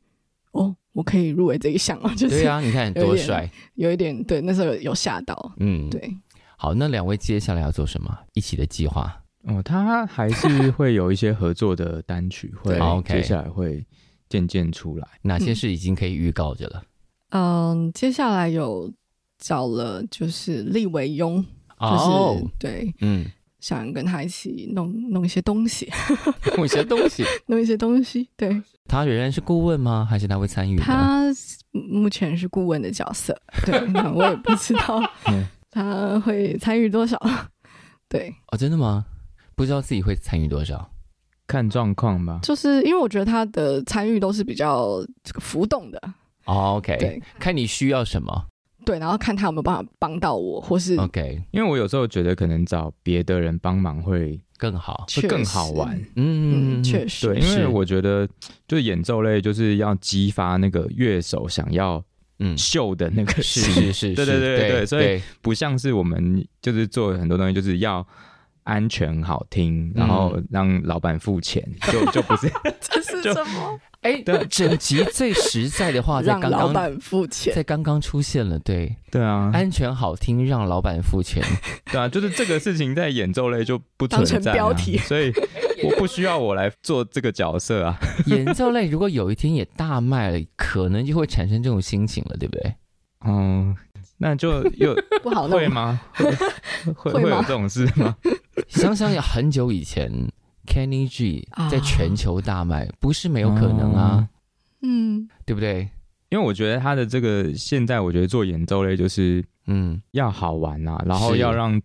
B: 哦，我可以入围这一项啊， <laughs> 就
A: 对
B: 是
A: 啊，你看多帅，
B: 有一点对，那时候有有吓到，
A: 嗯，
B: 对。
A: 好，那两位接下来要做什么？一起的计划，
C: 哦，他还是会有一些合作的单曲，会
A: <laughs> 对，OK 啊
C: 接下来会渐渐出
A: <laughs>
C: 来。
A: 哪些是已经可以预告着了？
B: 嗯，接下来有找了就是立维庸，嗯就是、
A: 哦，
B: 对，
A: 嗯，
B: 想跟他一起弄弄一些东西， <laughs>
A: 某些东西，
B: 弄一些东西。对
A: 他仍然是顾问吗？还是他会参与呢？
B: 他目前是顾问的角色， <laughs> 对，那我也不知道
C: 嗯
B: 他会参与多少。 <laughs> 对，
A: 哦，真的吗？不知道自己会参与多少。
C: 看状况吧。
B: 就是因为我觉得他的参与都是比较这个浮动的，
A: 哦，OK，
C: 哎
B: 对
A: 看你需要什么。
B: 对，然后看他有没有办法帮到我，或是
C: 哦
A: OK，
C: 因为我有时候觉得可能找别的人帮忙会
A: 更好。
B: 确
C: 会更好玩
B: 实，
A: 嗯，
B: 嗯，确实，
C: 对，因
A: 是
C: 为我觉得就演奏类就是要激发那个乐手想要
A: 嗯，
C: 秀的那个
A: 是
C: 心
A: 是是，
C: 对
A: 是
C: 对对对
A: 对，
C: 所以不像是我们就是做很多东西就是要安全好听，然后
A: 嗯
C: 让老板付钱，就就不是
B: <laughs> 这是
C: 就
B: 什么？
A: 哎，
C: 对
A: 整集最实在的话在
B: 让
A: 刚
B: 老
A: 刚
B: 板付钱，
C: <laughs>
A: 在刚刚出现了， <laughs> 对，
C: 对
B: 嗯
C: 啊，
A: 安全好听，让老板付
B: <laughs>
A: 钱。
C: 对啊，就是这个事情在演奏类就不存
B: 当
C: 在、
B: 成
C: 啊，
B: 标题
C: 所以我不需要我来做这个角色啊。
A: 演奏类如果有一天也大卖了，可能就会产生这种心情了，对不对？哦
C: 嗯，那就又
B: 不好弄
C: 会。
B: <laughs>
C: 吗？会会
B: 会吗
C: 会有这种事吗？
A: 想想也很久以前，Kenny G
B: 啊哦
A: 在全球大卖，不是没有可能
C: 哦
A: 啊，
B: 嗯，
A: 对不对？
C: 因为我觉得他的这个现在，我觉得做演奏类就是
A: 嗯，
C: 要好玩啦、然后
A: 是
C: 要让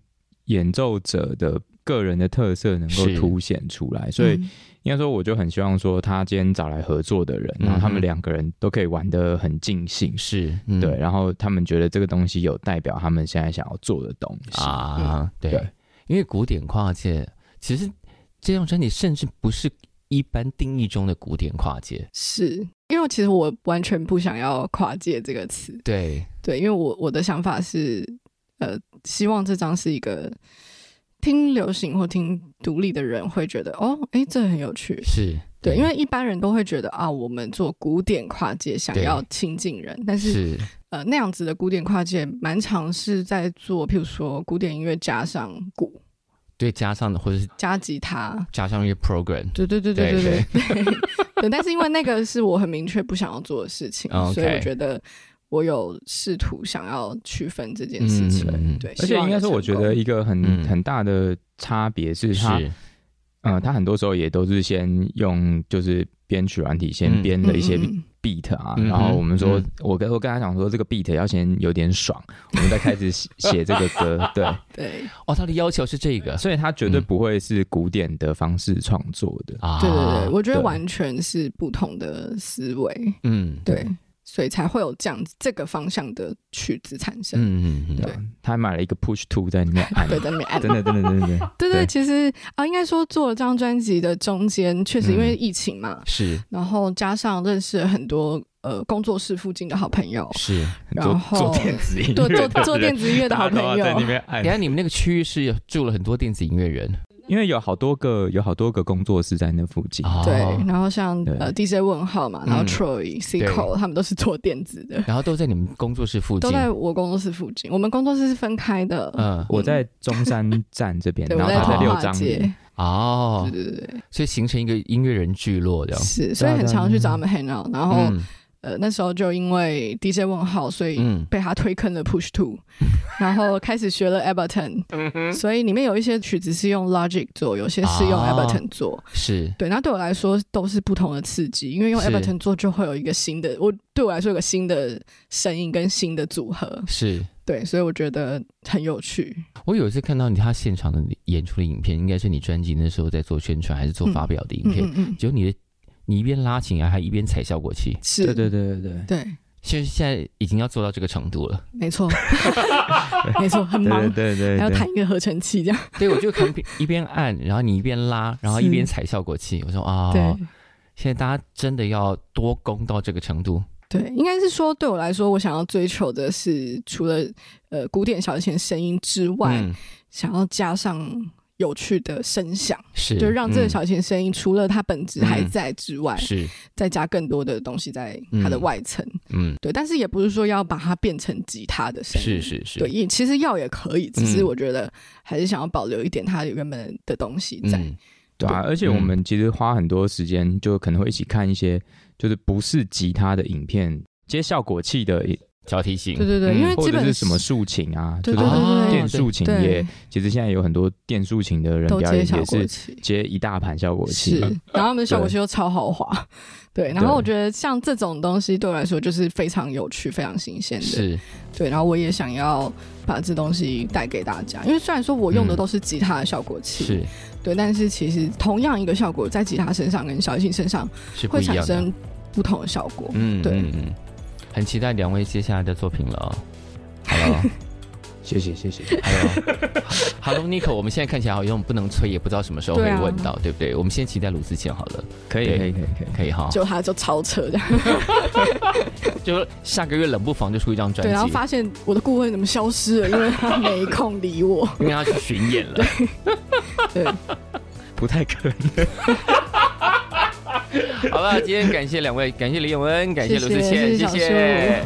C: 演奏者的个人的特色能够
A: 是
C: 凸显出来，所以
B: 嗯
C: 应该说，我就很希望说他今天找来合作的人，
A: 嗯
C: 然后他们两个人都可以玩得很尽兴，
A: 是，嗯
C: 对，然后他们觉得这个东西有代表他们现在想要做的东西，
B: 嗯
A: 啊，对，
C: 对
A: 因为古典跨界其实这张专辑甚至不是一般定义中的古典跨界，
B: 是因为其实我完全不想要“跨界”这个词，
A: 对，
B: 对，因为我我的想法是，呃，希望这张是一个听流行或听独立的人会觉得，哦，诶，这很有趣。
A: 是
B: 对，因为一般人都会觉得啊，我们做古典跨界想
A: 对
B: 要亲近人，但是
A: 是
B: 呃那样子的古典跨界蛮常是在做，譬如说古典音乐加上鼓
A: 对加上的或者是
B: 加吉他，
A: 加上一个 program，
B: 对对对对
A: 对
B: 对对对 <laughs> 对，但是因为那个是我很明确不想要做的事情
C: 哦
A: OK
B: 所以我觉得我有试图想要区分这件事情。
A: 嗯嗯嗯
B: 对，
C: 而
B: 希
C: 且
B: 望
C: 应该说，
B: 有
C: 我觉
B: 成功
C: 得一个很、
A: 嗯
C: 很大的差别是他，
A: 是
C: 呃，他很多时候也都是先用就是编曲软体
A: 嗯
C: 先编的一些
B: 嗯嗯嗯
C: beat 啊，
A: 嗯哼
C: 然后我们说，
A: 嗯
C: 我跟我跟他讲说，这个 beat 要先有点爽，我们再开始写写这个歌，对，
B: 对
A: 哦，他的要求是这个
C: 所以他绝对不会是古典的方式创作的。
A: 啊，
B: 对对对，我觉得
C: 对
B: 完全是不同的思维，
A: 嗯
B: 对，所以才会有这样子这个方向的曲子产生。
A: 嗯嗯嗯，
B: 对
C: 他还买了一个 push to 在里面按，
B: 对，在那
C: <laughs>
B: 边按
C: 真的真的真的真的，
B: 对对，
C: 对
B: 其实啊，应该说做了这张专辑的中间，确实因
C: 嗯
B: 为疫情嘛，
A: 是
B: 然后加上认识了很多呃工作室附近的好朋友，
A: 是。
C: 做
B: 然后
C: 做电子音乐
B: 对
C: 的
B: 做做
C: 人
B: 电子音乐的好
C: 大家
B: 朋
C: 都要在
B: 友
C: 里，面按
A: 你，哎看你们那个区域是有住了很多电子音乐人
C: 因为有好多个有好多个工作室在那附近。
A: 哦
B: 对，然后像
C: 对
B: 呃 DJ 问号嘛，然后
A: 嗯
B: Troy、Cico 他们都是做电子的，
A: 然后都在你们工作室附
B: 都
A: 近，
B: 在我工作室附近，我们工作室是分开的，
A: 嗯，
C: 我在中山站这边，
B: 对，
C: 然
B: 我
C: 后
B: 在
C: 他在
B: 通
C: 六
B: 化
C: 张
B: 街，
C: 里，
A: 哦
B: 对，对对对，
A: 所以形成一个音乐人聚落这样。
B: 是，所以
C: 对啊
B: 很
C: 对啊
B: 常去
C: 对啊
B: 找他们 hang out，然后
A: 嗯
B: 呃那时候就因为 DJ 问号，所以
A: 嗯，
B: 被他推坑了 Push
C: <laughs>
B: Two，然后开始学了 Ableton，所以里面有一些曲子是用 Logic 做，有些是用
A: 啊
B: Ableton 做，
A: 是
B: 对，那对我来说都是不同的刺激，因为用
A: 是
B: Ableton 做就会有一个新的，我对我来说有个新的声音跟新的组合，
A: 是，
B: 对，所以我觉得很有趣，
A: 我有一次看到你他现场的演出的影片，应该是你专辑那时候在做宣传还是做发表的影
B: 嗯
A: 片，
B: 嗯嗯，
A: 结果你的你一边拉琴啊，还一边踩效果器，
B: 是，
C: 对对对对对。
B: 对，
A: 现现在已经要做到这个程度了。
B: 没错，没错，很忙
C: 对对，对对，
B: 还要
C: 对
B: 弹一个合成器这样， <laughs>
A: 对，我就看一边按，然后你一边拉，然后一边踩效果器。我说啊、
B: 对。
A: 现在大家真的要多攻到这个程度。
B: 对，应该是说对我来说，我想要追求的是除了呃古典小提琴声音之外，
A: 嗯，
B: 想要加上有趣的声响，
A: 是
B: 就让这个
A: 嗯
B: 小提琴声音除了它本质还在之外，
A: 是
B: 再加更多的东西在它的外层。
A: 嗯
B: 对，但是也不是说要把它变成吉他的声音。
A: 是是是
B: 对，也其实要也可以，只是
A: 嗯
B: 我觉得还是想要保留一点它原本的东西在。
A: 嗯
C: 对啊，而且我们其实花很多时间，就可能会一起看一些就是不是吉他的影片，接效果器的，
A: 小提琴
B: 对对对，
A: 嗯
B: 因为
C: 或
B: 基
C: 者
B: 本
C: 是什么竖琴啊，
B: 对
C: 就是
B: 对对对
C: 电竖琴
B: 对
C: 也，其实现在有很多电竖琴的人
B: 都
C: 表
B: 接
C: 演
B: 效
C: 也
B: 果
C: 是
B: 器。
C: 接一大盘效果
B: 是
C: 器，，
A: 嗯
B: 然后他们的效果器又超豪华，对。然后我觉得像这种东西对我来说就是非常有趣、非常新鲜的，
A: 是
B: 对。然后我也想要把这东西带给大家，因为虽然说我用的都是吉他的效果
A: 嗯
B: 器，
A: 是
B: 对，但是其实同样一个效果在吉他身上跟小提琴身上
A: 是不
B: 会
A: 一样
B: 产
A: 的。
B: 生不同的效果。
A: 嗯，
B: 对
A: 嗯嗯，很期待两位接下来的作品了哦。好
B: <laughs>
A: 了哦，
C: 谢谢谢谢。
A: 还有，Hello Nico，我们现在看起来好像不能催，也不知道什么时候会
B: 对啊
A: 问到，对不对？我们先期待鲁思倩好了，
C: <laughs> 可以
A: 对
C: 可以可以可以，
A: 可以哈。
B: 就他就超扯这样，
A: 就下个月冷不防就出一张专
B: 对，然后
A: 辑，
B: 发现我的顾问怎么消失了，因为他没空
A: <laughs>
B: 理我。
A: 因为他去巡演了。
B: 对，
C: 不太可能。
A: <laughs> 好了，今天感谢两位，感谢李永恩，感谢
B: 谢
A: 鲁
B: 谢
A: 思倩，
B: 谢
A: 谢
B: 谢小
A: 谢。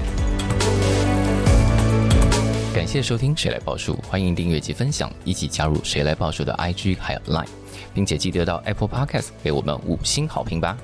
A: 感谢收听《谁来报数》，欢迎订阅及分享，一起加入《谁来报数》的 IG 还有 Line，并且记得到 Apple Podcast 给我们五星好评吧。